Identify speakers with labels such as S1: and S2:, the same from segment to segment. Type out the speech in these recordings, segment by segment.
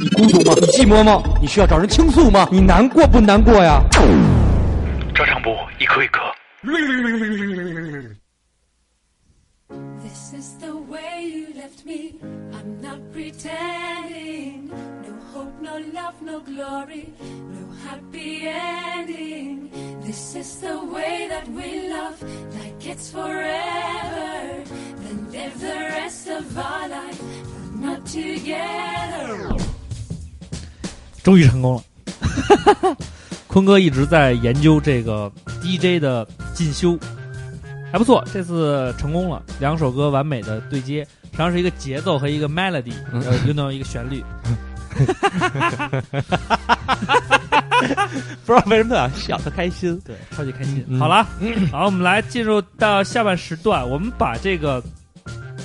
S1: 你孤独吗？你寂寞吗？你需要找人倾诉吗？你难过不难过呀？
S2: 照常不误，一颗一颗。
S3: This is the way you left me. I'm not pretending. No hope, no love, no glory, no happy ending. This is the way that we love, like it's forever. Then live the rest of our life, but not together.
S4: 终于成功了。坤哥一直在研究这个 DJ 的进修，还不错，这次成功了，两首歌完美的对接，实际上是一个节奏和一个 melody，呃，
S5: 嗯
S4: 有那有一个 旋律。
S5: 不知道为什么他想笑，他开心。
S4: 对，超级开心。
S5: 嗯
S4: 好了，好，我们来进入到下半时段，我们把这个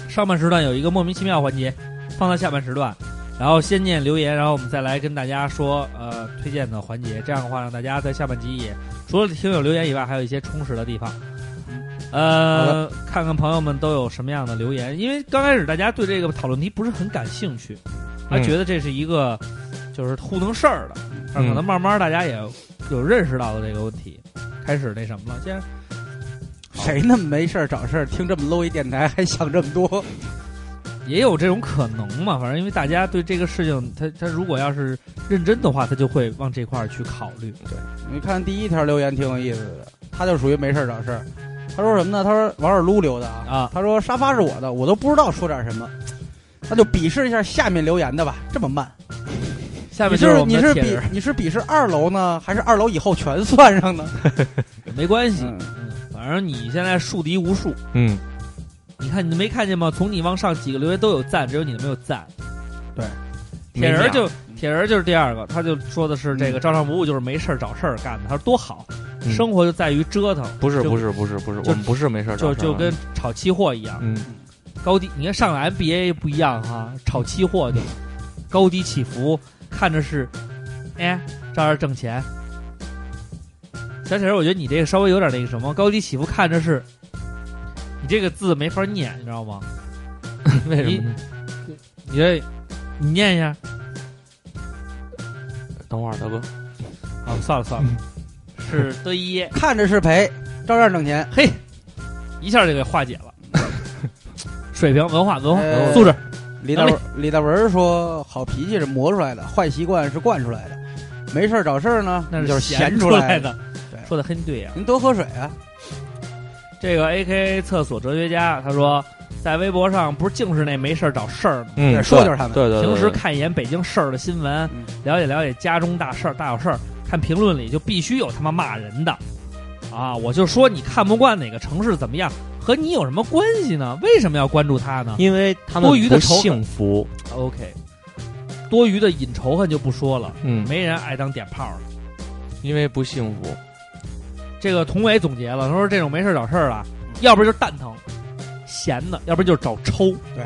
S4: 上半时段有一个莫名其妙环节放到下半时段，然后先念留言，然后我们再来跟大家说呃推荐的环节。这样的话，让大家在下半集也除了听友留言以外，还有一些充实的地方。呃，看看朋友们都有什么样的留言，因为刚开始大家对这个讨论题不是很感兴趣，还
S5: 嗯
S4: 觉得这是一个就是糊弄事儿的，但是可能
S5: 嗯
S4: 慢慢大家也有认识到的这个问题，开始那什么了。既然
S6: 谁那么没事儿找事儿，听这么 low 一电台还想这么多？
S4: 也有这种可能嘛，反正因为大家对这个事情，他他如果要是认真的话，他就会往这块儿去考虑。
S6: 你看第一条留言挺有意思的，他就属于没事儿找事儿。他说什么呢？他说往这儿撸溜的啊。
S4: 啊，
S6: 他说沙发是我的，我都不知道说点什 么。那就鄙视一下下面留言的吧，这么 慢。
S4: 下
S6: 你
S4: 面就是我
S6: 你
S4: 们的
S6: 是
S4: 铁
S6: 鄙
S4: 人，
S6: 你是鄙视二楼呢，还是二楼以后全算上呢？
S4: 没关系，
S6: 嗯，
S4: 嗯，反正你现在树敌无数，
S5: 嗯，
S4: 你看你没看见吗？从你往上几个留言都有赞，只有你的没有赞。
S6: 对，
S4: 铁人
S5: 没
S4: 就铁人就是第二个，他就说的是这个照常不误，就是没事儿找事儿干的。他说多好，
S5: 嗯
S4: 生活就在于折腾，
S5: 不是
S4: 就
S5: 不是不是不是，
S4: 就
S5: 我们不是没事儿找
S4: 就
S5: 事儿
S4: 就
S5: 啊
S4: 跟炒期货一样，
S5: 嗯
S4: 高低，你看上了 MBA 不一样哈、炒期货就高低起伏，看着是，哎，照样挣钱。小铁儿，我觉得你这个稍微有点那个什么，高低起伏看着是，你这个字没法念，你知道吗？
S5: 为什么呢？
S4: 你这，你念一下。
S5: 等会儿大哥，
S4: 啊，算了算了，是的一，
S6: 看着是赔，照样挣钱。
S4: 嘿，一下就给化解了。水平、文化、文化、
S6: 呃
S4: 素质，
S6: 李大文李大文说：“好脾气是磨出来的，坏习惯是惯出来的，没事儿找事儿呢，
S4: 那
S6: 你就是闲
S4: 出
S6: 来
S4: 来。的
S6: 对。
S4: 说的很对呀、
S6: 您多喝水啊，
S4: 这个 A K 厕所哲学家他说，在微博上不是净是那没事儿找事儿吗？
S5: 嗯
S6: 对说就是他们
S5: 对对，对
S4: 平时
S5: 对
S4: 看一眼北京事儿的新闻
S6: 嗯，
S4: 了解了解家中大事儿、大小事儿，看评论里就必须有他妈骂人的，啊，我就说你看不惯哪个城市怎么样，和你有什么关系呢？为什么要关注他呢
S5: 因为他们
S4: 多余的
S5: 不
S4: 仇恨
S5: 幸福，
S4: ？OK，多余的引仇恨就不说了，
S5: 嗯，
S4: 没人爱当点炮了。
S5: 因为不幸福，
S4: 这个童伟总结了，他说这种没事儿找事儿啊，要不然就是蛋疼，闲的，要不然就是找抽，
S6: 对，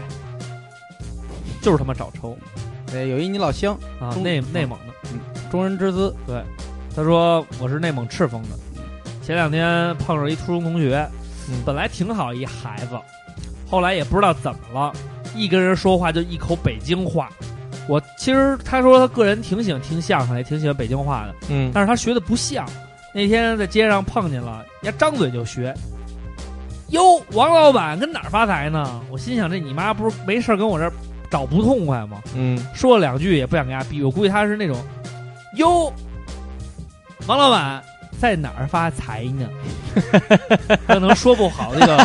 S4: 就是他妈找抽
S6: 对，哎有一你老乡，
S4: 啊，
S6: 中
S4: 内
S6: 嗯
S4: 内蒙的。
S6: 中人之姿，
S4: 他说我是内蒙赤峰的，前两天碰上一初中同学，
S5: 嗯
S4: 本来挺好一孩子，后来也不知道怎么了，一跟人说话就一口北京话。我其实他说他个人挺喜欢听相声，也挺喜欢北京话的，
S5: 嗯，
S4: 但是他学的不像。那天在街上碰见了，人家张嘴就学。哟，王老板跟哪儿发财呢？我心想这你妈不是没事儿跟我这儿找不痛快吗？
S5: 嗯
S4: 说了两句也不想跟他逼，我估计他是那种，哟，王老板在哪儿发财呢？可能说不好那个，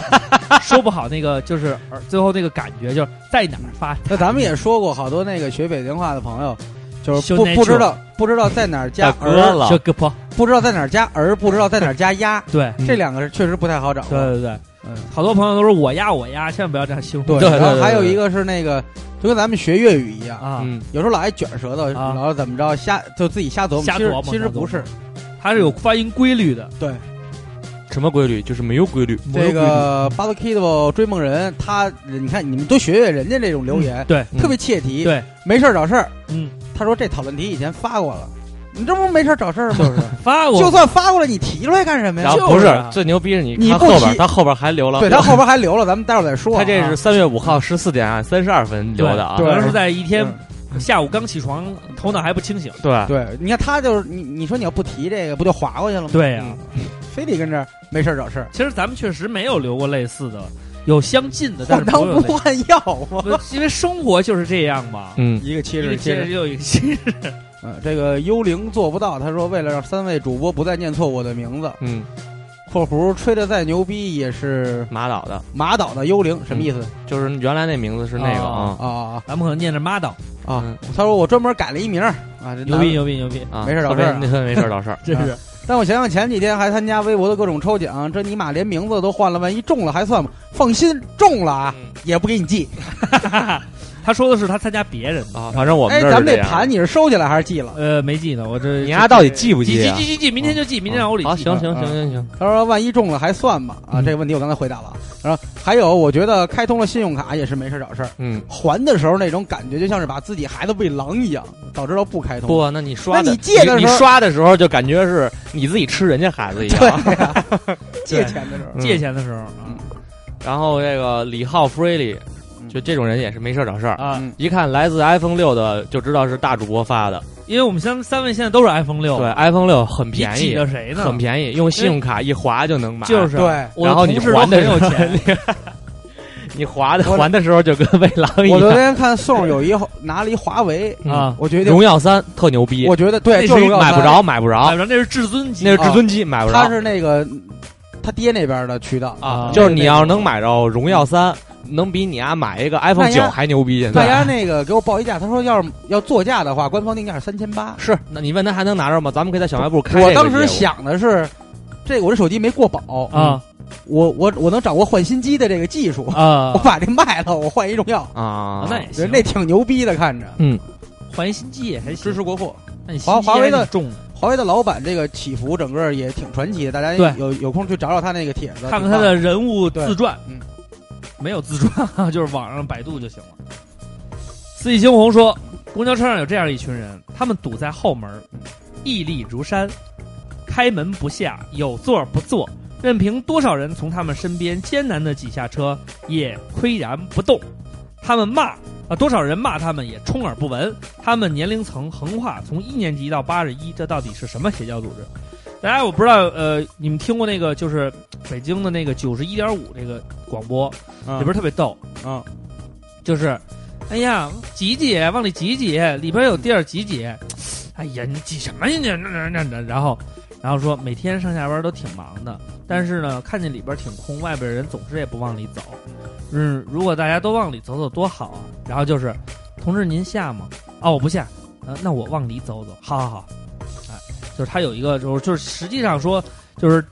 S4: 说不好那个，就是呃最后那个感觉就是在哪儿发
S6: 那咱们也说过好多那个学北京话的朋友，就是
S4: 兄
S6: 不
S4: 弟
S6: 不知道不知道在哪儿加
S5: 大哥
S6: 儿，
S5: 了
S4: 这，个不
S6: 不知道在哪儿加 儿，不知道在哪儿加鸭，
S4: 对
S5: 嗯
S6: 这两个是确实不太好找。
S4: 对对对，
S6: 嗯，
S4: 好多朋友都说我呀我呀，千万不要这样形容
S6: 对。
S5: 对对
S6: 然后
S5: 对
S6: 还有
S5: 对
S6: 一个是那个，就跟咱们学粤语一样，
S4: 啊，
S5: 嗯，
S6: 有时候老爱卷舌头，
S4: 啊
S6: 老怎么着瞎就自己瞎琢磨，
S4: 瞎
S6: 其实
S4: 琢磨
S6: 其
S4: 瞎
S6: 实
S4: 琢
S6: 不
S4: 磨
S6: 是，
S4: 它是有发音规律的。
S6: 对。
S5: 什么规律？就是没有规律，
S6: 这个 b a t t l Kid 追梦人，他你看你们多学学人家这种留言，
S4: 对，
S5: 嗯
S6: 特别切题。
S4: 对，
S6: 没事儿找事儿。
S4: 嗯，
S6: 他说这讨论题以前发过了，你这不是没事儿找事儿吗？就是，
S4: 发过
S6: 就算发过了，你提出来干什么
S5: 然
S6: 呀？
S5: 后不
S4: 就是
S5: 是
S4: 啊
S5: 最牛逼是你
S6: 你
S5: 看
S6: 不
S5: 后边儿，
S6: 提
S5: 他后边儿还留了，
S6: 对他后边还留了，咱们待会儿再说
S5: 他
S6: 啊。
S5: 这是三月五号十四点三十二分留的啊，
S6: 对
S4: 主要是在一天
S6: 嗯
S4: 下午刚起床，头脑还不清醒。
S5: 对，
S6: 对，你看他就是你，你说你要不提这个，不就划过去了吗？
S4: 对呀
S6: 嗯非得跟这儿没事儿找事儿，
S4: 其实咱们确实没有留过类似的，有相近的，但
S6: 换
S4: 是
S6: 汤
S4: 不会有类
S6: 不
S4: 似
S6: 换药嘛。
S4: 不因为生活就是这样嘛。
S5: 嗯，
S6: 一个
S4: 一
S6: 接
S4: 个
S6: 着接
S4: 接
S6: 着
S4: 着，又一个接着，
S6: 嗯，这个幽灵做不到。他说，为了让三位主播不再念错我的名字
S5: 嗯，
S6: （括弧吹的再牛逼也是
S5: 马岛的，
S6: 马岛的幽灵），什么意思
S5: 就是原来那名字是那个
S4: 哦
S5: 啊
S6: 啊啊
S4: 咱们可能念着妈 道，
S6: 啊啊！他说我专门改了一名儿啊，这
S4: 嗯牛逼牛逼牛逼，，
S5: 啊，
S6: 没事找
S5: 特
S6: 事
S5: 别
S6: 儿啊
S5: 那特别没事儿找事儿
S4: 真是
S6: 但我想想前几天还参加微博的各种抽奖，这尼玛连名字都换了，万一中了还算吗？放心，中了啊，
S5: 嗯
S6: 也不给你寄。
S4: 他说的是他参加别人的，
S5: 啊，反正我们
S6: 哎，
S5: 这儿
S6: 咱们
S5: 是
S6: 这
S5: 样
S6: 盘，你是收起来还是寄了？
S4: 呃，没记呢，我这
S5: 你丫到底记不
S4: 记
S5: 记
S4: 记
S5: 啊？
S4: 记记记，明天就记，明天让我里
S5: 好，
S4: 记
S5: 行行
S6: 啊
S5: 行行行，
S6: 他说万一中了还算吗？啊，
S5: 嗯
S6: 这个问题我刚才回答了啊。然后还有，我觉得开通了信用卡也是没事找事儿，
S5: 嗯，
S6: 还的时候那种感觉就像是把自己孩子喂狼一样，早知道不开通。
S5: 不，那你刷的，
S6: 那你借的
S5: 你
S6: 时候
S5: 刷的时候就感觉是你自己吃人家孩子一
S6: 对
S5: 样。
S6: 呀、借钱的时候，
S5: 嗯
S4: 借钱的时候啊
S6: 嗯
S5: 然后这个李浩 Freely，
S6: 嗯
S5: 就这种人也是没事儿找事儿。
S4: 啊，
S6: 嗯
S5: 一看来自 iPhone 六的，就知道是大主播发的。
S4: 因为我们三三位现在都是 iPhone 六，
S5: 对，iPhone 六很
S4: 你
S5: 便
S4: 挤
S5: 宜
S4: 着，谁呢？
S5: 很便宜，
S6: 嗯
S5: 用信用卡一划就能买。
S4: 就是啊
S6: 对，
S4: 我
S5: 然后
S4: 的
S5: 你
S4: 同事都
S5: 还的
S4: 很
S5: 时
S4: 有
S5: 候
S4: 钱，
S6: 嗯
S5: 你划的
S6: 我
S5: 还的时候就跟喂狼一
S6: 我昨
S5: 样。
S6: 天看宋儿有一拿了一华为，
S5: 嗯
S4: 啊
S6: 我决定
S5: 荣，耀三特牛逼，
S6: 我觉得对，
S4: 那
S6: 就是是
S5: 买不着，买不着
S4: 反，正这是至尊级
S5: 那是至尊机，买不
S6: 他
S5: 着。
S6: 是那个他爹那边的渠道，
S4: 啊
S5: 就是你要是能买着荣耀三，能比你啊买一个 iPhone
S6: 那
S5: 九
S6: 丫
S5: 还牛逼。现
S6: 大家
S5: 在
S6: 那个给我报一价，他说要是要座驾的话，官方定价是三千八。
S5: 是，那你问他还能拿着吗？咱们可以在小卖部开。
S6: 我当时，想的是，这我这手机没过保，
S4: 啊
S6: 我我我能掌握换新机的这个技术，
S4: 啊
S6: 我， 把这卖了，我换一荣耀，
S5: 啊，
S4: 那也
S6: 觉得
S4: 行，
S6: 那挺牛逼的，看着
S4: 换一新机也还行，
S6: 支持国货。
S4: 那你新
S6: 华
S4: 机
S6: 华为的
S4: 还挺重，
S6: 华为的老板这个起伏整个也挺传奇的，大家
S4: 对
S6: 有有空去找找他那个帖子，
S4: 看看他的人物自传，
S6: 对嗯，
S4: 没有自传，啊 就是网上百度就行了。四季猩红说，公交车上有这样一群人，他们堵在后门，屹立如山，开门不下，有座不坐，任凭多少人从他们身边艰难的挤下车，也岿然不动。他们骂啊，多少人骂他们也充耳不闻。他们年龄层横跨从一年级到八十一，这到底是什么邪教组织？大家我不知道，呃，你们听过那个就是北京的那个九十一点五这个广播，
S6: 嗯
S4: 里边特别逗，
S6: 嗯，
S4: 就是，哎呀，挤挤，往里挤挤，里边有地儿挤挤，哎呀，你挤什么呀你？那那那那，然后，然后说每天上下班都挺忙的，但是呢，看见里边挺空，外边人总是也不往里走，嗯，如果大家都往里走走多好啊。然后就是，同志您下吗？啊，我不下，呃，那我往里走走，好好好，哎，就是他有一个就是就是实际上说就是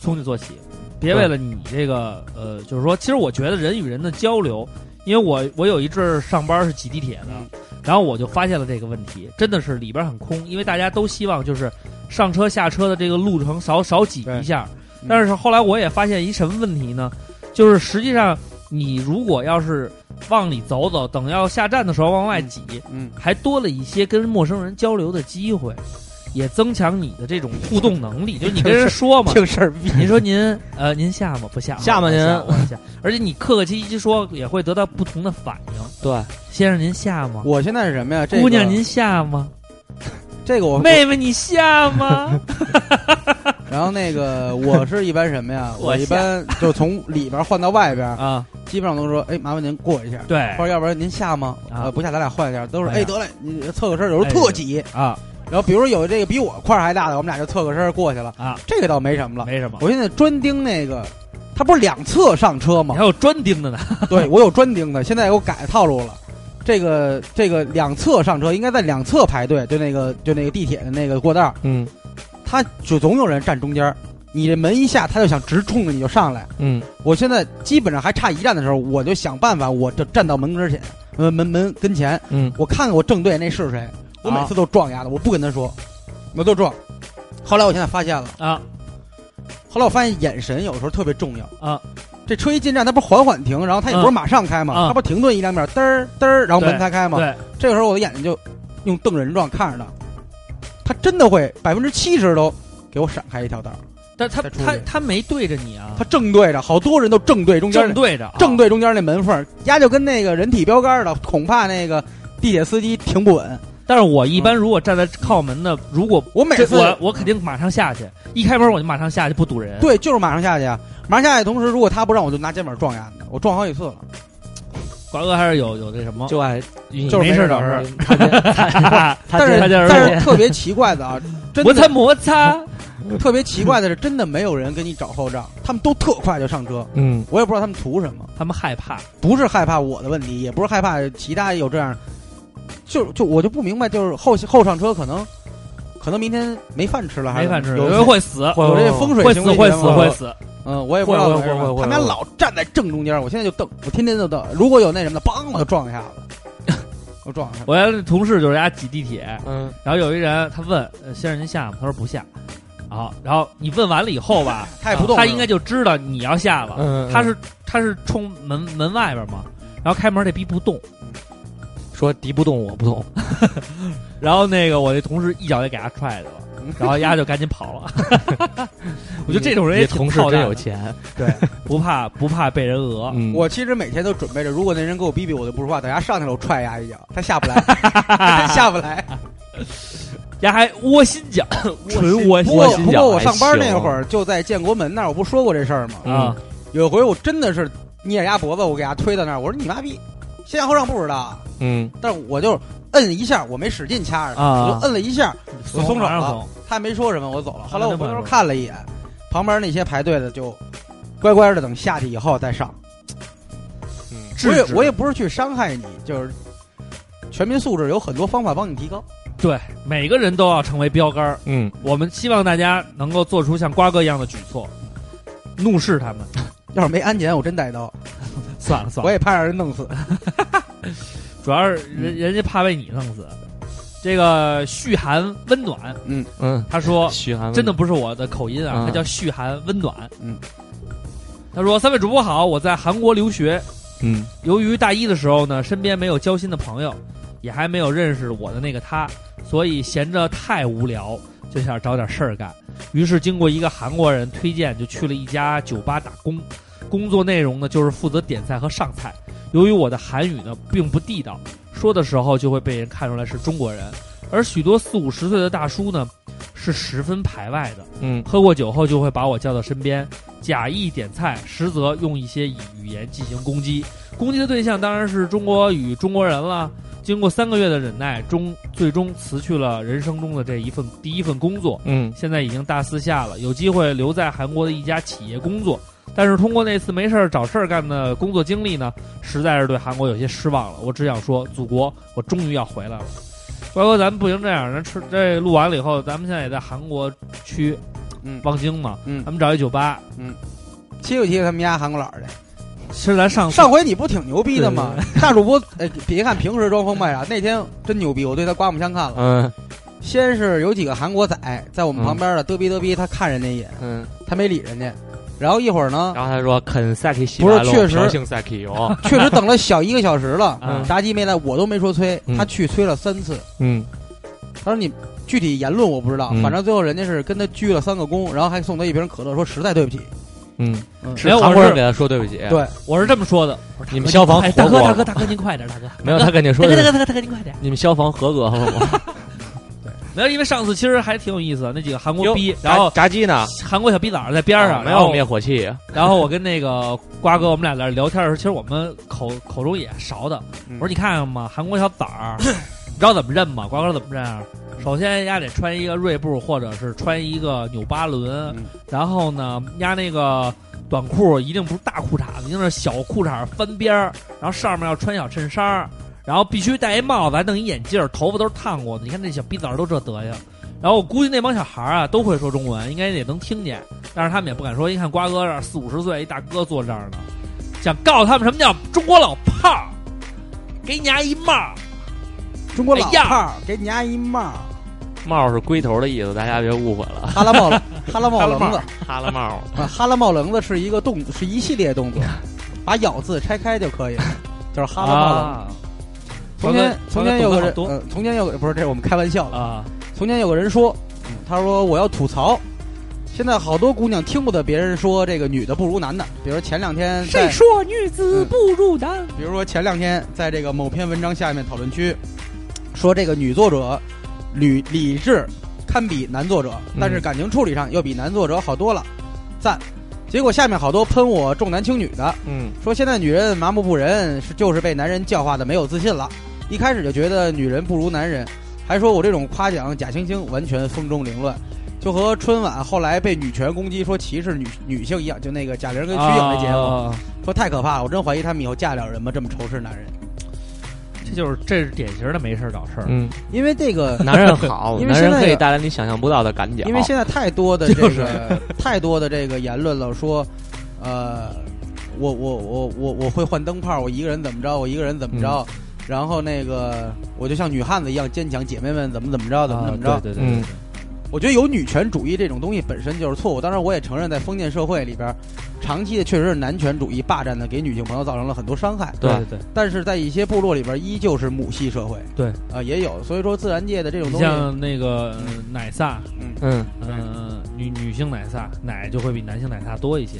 S4: 从你做起，别为了你这个呃，就是说，其实我觉得人与人的交流，因为我我有一阵儿上班是挤地铁
S6: 嗯
S4: 的，然后我就发现了这个问题，真的是里边很空，因为大家都希望就是上车下车的这个路程少少挤一下
S6: 嗯，
S4: 但是后来我也发现一什么问题呢？就是实际上你如果要是往里走走，等要下站的时候往外挤，
S6: 嗯，
S4: 还多了一些跟陌生人交流的机会，也增强你的这种互动能 力。就是你跟人说嘛，
S6: 挺事儿逼。
S4: 您说您呃您下吗？不下，
S5: 下吗
S4: 我
S5: 您
S4: 我下。而且你客客气气说，也会得到不同的反应。
S5: 对，
S4: 先生您下吗？
S6: 我现在是什么呀？这个
S4: 姑娘您下吗？
S6: 这个 我
S4: 妹妹你下 吗？
S6: 然后那个我是一般什么呀？
S4: 我
S6: 我一般就从里边换到外边，
S4: 啊，
S6: 基本上都说，哎，麻烦您过一下，
S4: 对
S6: 或者要不然您下吗？
S4: 哎啊
S6: 呃，不下，咱俩换一下。都是
S4: 哎呀
S6: 哎，得嘞，你侧个身，有时候特挤。
S4: 啊
S6: 然后比如有这个比我块儿还大的，我们俩就侧个身过去了
S4: 啊，
S6: 这个倒没什么了。
S4: 没什么。
S6: 我现在专盯那个，他不是两侧上车
S4: 你
S6: 吗
S4: 还？有专盯的呢，
S6: 对我有专盯的，现在我改套路了。这个这个两侧上车应该在两侧排队，就那个就那个地铁的那个过道，
S5: 嗯
S6: 他就总有人站中间儿，你这门一下，他就想直冲着你就上来。
S5: 嗯，
S6: 我现在基本上还差一站的时候，我就想办法，我就站到门跟前，呃，门门跟前，
S5: 嗯，啊
S6: 我看看我正对那是谁，我每次都撞丫的，我不跟他说，我都撞。后来我现在发现了，
S4: 啊
S6: 后来我发现眼神有时候特别重要
S4: 啊。
S6: 这车一进站，它不是缓缓停，然后它也不是
S4: 嗯
S6: 马上开嘛，
S4: 嗯
S6: 它不是停顿一两秒，嘚儿嘚儿，然后门
S4: 对
S6: 才开嘛。
S4: 对，
S6: 这个时候我的眼睛就用瞪人状看着他，他真的会百分之七十都给我闪开一条道儿，
S4: 但他
S6: 再出去
S4: 他他没对着你啊，
S6: 他正对着，好多人都正对中间那
S4: 正对着啊，
S6: 正对中间那门缝儿，丫就跟那个人体标杆儿的，恐怕那个地铁司机停不稳。
S4: 但是我一般如果站在靠门的，如果
S6: 我每
S4: 这
S6: 次
S4: 我我肯定马上下去，一开门我就马上下去，不堵人。
S6: 对，就是马上下去啊！马上下去，同时如果他不让，我就拿肩膀撞人家，我撞好几次了。
S4: 瓜哥还是有有那什么，
S5: 就爱运
S6: 就是
S4: 没事
S5: 找
S4: 找事儿
S5: 事。他这他
S6: 但是
S4: 他就是
S6: 但是特别奇怪的啊，真
S4: 摩
S6: 的
S4: 擦摩擦，
S6: 特别奇怪的是，真的没有人给你找后账，他们都特快就上车，
S5: 嗯，
S6: 我也不知道他们图什么，
S4: 他们害怕。
S6: 不是害怕我的问题，也不是害怕其他有这样，就就我就不明白，就是后后上车可能可能明天没饭吃了，还
S4: 没
S6: 是
S4: 饭吃，
S6: 有
S4: 有人会死，
S5: 会
S6: 有这风水
S4: 会
S6: 行
S4: 死，
S6: 为
S4: 会
S6: 学
S4: 死，
S6: 吗
S4: 会死。
S6: 嗯，我也不知道
S5: 会
S6: 为
S5: 会
S6: 什么
S5: 会会会
S6: 他们俩老站在正中间，我现在就瞪，我天天就瞪。如果有那什么的，梆，我就撞一下子， 我撞一下子。
S4: 我原来同事就是人家挤地铁，
S5: 嗯，
S4: 然后有一人他问呃先生您下吗？他说不下。好，然后你问完了以后吧，
S6: 他哎也不动
S4: 他
S6: 是吧
S4: 应该就知道你要下了。
S5: 嗯嗯
S4: 他是他是冲门门外边嘛，然后开门这逼不动，
S5: 说敌不动我不动，
S4: 然后那个我那同事一脚就给他踹去了，然后丫就赶紧跑了。 我觉得这种人
S5: 也
S4: 也
S5: 同事真有，钱，
S4: 不怕不怕被人讹。
S5: 嗯，
S6: 我其实每天都准备着，如果那人给我逼逼，我就不说话，等他上去了我踹他一脚，他下不来，他下不来。
S4: 丫还窝心脚，纯窝
S6: 不
S4: 心
S6: 过
S5: 心
S6: 不
S5: 脚
S6: 过我
S5: 还
S6: 上班那
S5: 行
S6: 会儿就在建国门那儿，我不说过这事儿吗？
S5: 嗯
S4: 啊！
S6: 有回我真的是捏着鸭脖子，我给他推到那儿，我说你妈逼，先下后上不知道，
S5: 嗯，
S6: 但是我就摁一下，我没使劲掐着他，
S4: 啊
S6: 我就摁了一下，我松手
S4: 马上
S6: 了
S4: 松，
S6: 他没说什么，我走了。后来我回
S4: 他
S6: 头
S4: 没
S6: 看了一眼，旁边那些排队的就乖乖的等下去以后再上。
S5: 嗯
S6: 我也
S4: 制止
S6: 我也不是去伤害你，就是全民素质有很多方法帮你提高。
S4: 对每个人都要成为标杆儿。
S5: 嗯，
S4: 我们希望大家能够做出像瓜哥一样的举措，怒 视他们。
S6: 要是没安检，我真带刀，
S4: 算了算
S6: 我
S4: 了，
S6: 也怕让人弄死。
S4: 主要是
S5: 嗯
S4: 人人家怕被你弄死。这个嘘寒温暖，
S5: 嗯，
S4: 他说
S5: 嘘寒问
S4: 哦真的不是我的口音啊，
S5: 嗯
S4: 他叫嘘寒温暖。
S6: 嗯，
S4: 他说三位主播好，我在韩国留学，
S5: 嗯
S4: 由于大一的时候呢，身边没有交心的朋友，也还没有认识我的那个他，所以闲着太无聊，就想找点事儿干。于是经过一个韩国人推荐，就去了一家酒吧打工。工作内容呢，就是负责点菜和上菜。由于我的韩语呢并不地道，说的时候就会被人看出来是中国人，而许多四五十岁的大叔呢，是十分排外的。
S5: 嗯
S4: 喝过酒后就会把我叫到身边，假意点菜，实则用一些语言进行攻击。攻击的对象当然是中国与中国人了。经过三个月的忍耐，终最终辞去了人生中的这一份第一份工作，
S5: 嗯
S4: 现在已经大四下了，有机会留在韩国的一家企业工作。但是通过那次没事儿找事儿干的工作经历呢，实在是对韩国有些失望了。我只想说，祖国，我终于要回来了。乖哥，咱们不行这样，咱吃这录完了以后，咱们现在也在韩国区
S6: 嗯，
S4: 望京嘛，
S6: 嗯
S4: 咱们找一酒吧。
S6: 欺负欺负他们家韩国佬去。
S4: 其实咱上次
S6: 上回你不挺牛逼的吗？大主播，哎，别看平时装疯卖傻，那天真牛逼，我对他刮目相看了。
S5: 嗯
S6: 先是有几个韩国仔在我们旁边的嘚逼嘚逼，他看人家一眼，
S5: 嗯，
S6: 他没理人家。然后一会儿呢，
S5: 然后他说肯萨克西
S6: 不是
S5: 拉龙
S6: 确实
S5: 调性萨克哦油，
S6: 确实等了小一个小时了，
S4: 嗯
S6: 炸鸡没来，我都没说催，
S5: 嗯
S6: 他去催了三次。
S5: 嗯
S6: 他说你具体言论我不知道，
S5: 嗯
S6: 反正最后人家是跟他鞠了三个躬，然后还送他一瓶可乐，说实在对不起。
S5: 嗯，
S6: 嗯
S5: 是
S4: 没有
S5: 韩
S4: 我
S5: 国
S4: 是
S5: 人给他说对不起，
S6: 对，
S4: 我是这么说的，
S5: 你们消防
S4: 哎
S5: 合
S4: 大
S5: 格
S4: 哥大
S5: 了
S4: 哥
S5: 吗
S4: 大哥您快点，大哥
S5: 没有他肯定说
S4: 大哥大
S5: 的
S4: 哥
S5: 是
S4: 大哥大哥您快点。
S5: 你们消防合格了吗？
S4: 没有，因为上次其实还挺有意思的，那几个韩国逼，
S5: 炸
S4: 然后
S5: 炸鸡呢？
S4: 韩国小逼崽儿在边儿上，
S5: 没
S4: 然后
S5: 有灭火器，
S4: 然后我跟那个瓜哥，我们俩在那聊天的时候，其实我们口口中也勺的。我
S6: 嗯
S4: 说你看看嘛，韩国小崽儿，你知道怎么认吗？瓜哥怎么认啊？首先，人家得穿一个锐步，或者是穿一个纽巴伦，
S6: 嗯
S4: 然后呢，人家那个短裤一定不是大裤衩子，一定是小裤衩翻边儿，然后上面要穿小衬衫儿，然后必须戴一帽子，还弄一眼镜儿，头发都是烫过的。你看那小逼崽儿都这德行。然后我估计那帮小孩儿啊都会说中文，应该也能听见，但是他们也不敢说。一看瓜哥这儿四五十岁一大哥坐这儿呢，想告诉他们什么叫中国老炮儿，给你丫一帽儿。
S6: 中国老
S4: 哎呀
S6: 炮儿给你家一帽，
S5: 帽是龟头的意思，大家别误会 了。
S6: 哈 拉帽，哈拉帽棱子
S5: 哈拉帽，
S6: 啊， 哈拉帽棱子是一个动，是一系列动 作，把咬字拆开就可以了，就是哈拉帽棱。
S4: 啊
S6: 从前从前有个人，
S4: 懂得好
S6: 嗯，从前有个不是这是我们开玩笑的，
S4: 啊，
S6: 从前有个人说，嗯他说我要吐槽，现在好多姑娘听不得别人说这个女的不如男的，比如前两天在
S4: 说女子
S6: 不
S4: 如男？
S6: 比如说前两天在这个某篇文章下面讨论区，说这个女作者吕理智堪比男作者，但是
S5: 嗯
S6: 感情处理上又比男作者好多了，赞。结果下面好多喷我重男轻女的，
S5: 嗯
S6: 说现在女人麻木不仁，是就是被男人教化的没有自信了。一开始就觉得女人不如男人，还说我这种夸奖假惺惺，完全风中凌乱，就和春晚后来被女权攻击说歧视女女性一样，就那个贾玲跟徐颖的节目，
S4: 啊
S6: 说太可怕了，我真怀疑他们以后嫁得了人吗？这么仇视男人，
S4: 这就是这是典型的没事儿找事儿，
S5: 嗯，
S6: 因为这个
S5: 男人好，
S6: 因为
S5: 男
S6: 现在
S5: 人可以
S6: 有
S5: 带来你想象不到的感脚。
S6: 因为现在太多的这个、
S4: 就是
S6: 太多的这个言论了，说，呃，我我我我我会换灯泡，我一个人怎么着，我一个人怎么
S4: 嗯
S6: 着，然后那个我就像女汉子一样坚强，姐妹们怎么怎么着，怎么怎么着。
S4: 啊对对对对
S5: 嗯
S4: 对
S6: 我觉得有女权主义这种东西本身就是错误，当然我也承认，在封建社会里边，长期的确实是男权主义霸占的，给女性朋友造成了很多伤害。
S5: 对
S4: 对对
S6: 但是在一些部落里边，依旧是母系社会。
S4: 对，
S6: 啊、也有，所以说自然界的这种
S4: 你
S6: 东西，
S4: 像那个呃奶萨，
S5: 嗯，
S4: 嗯，女女性奶萨奶就会比男性奶萨多一些，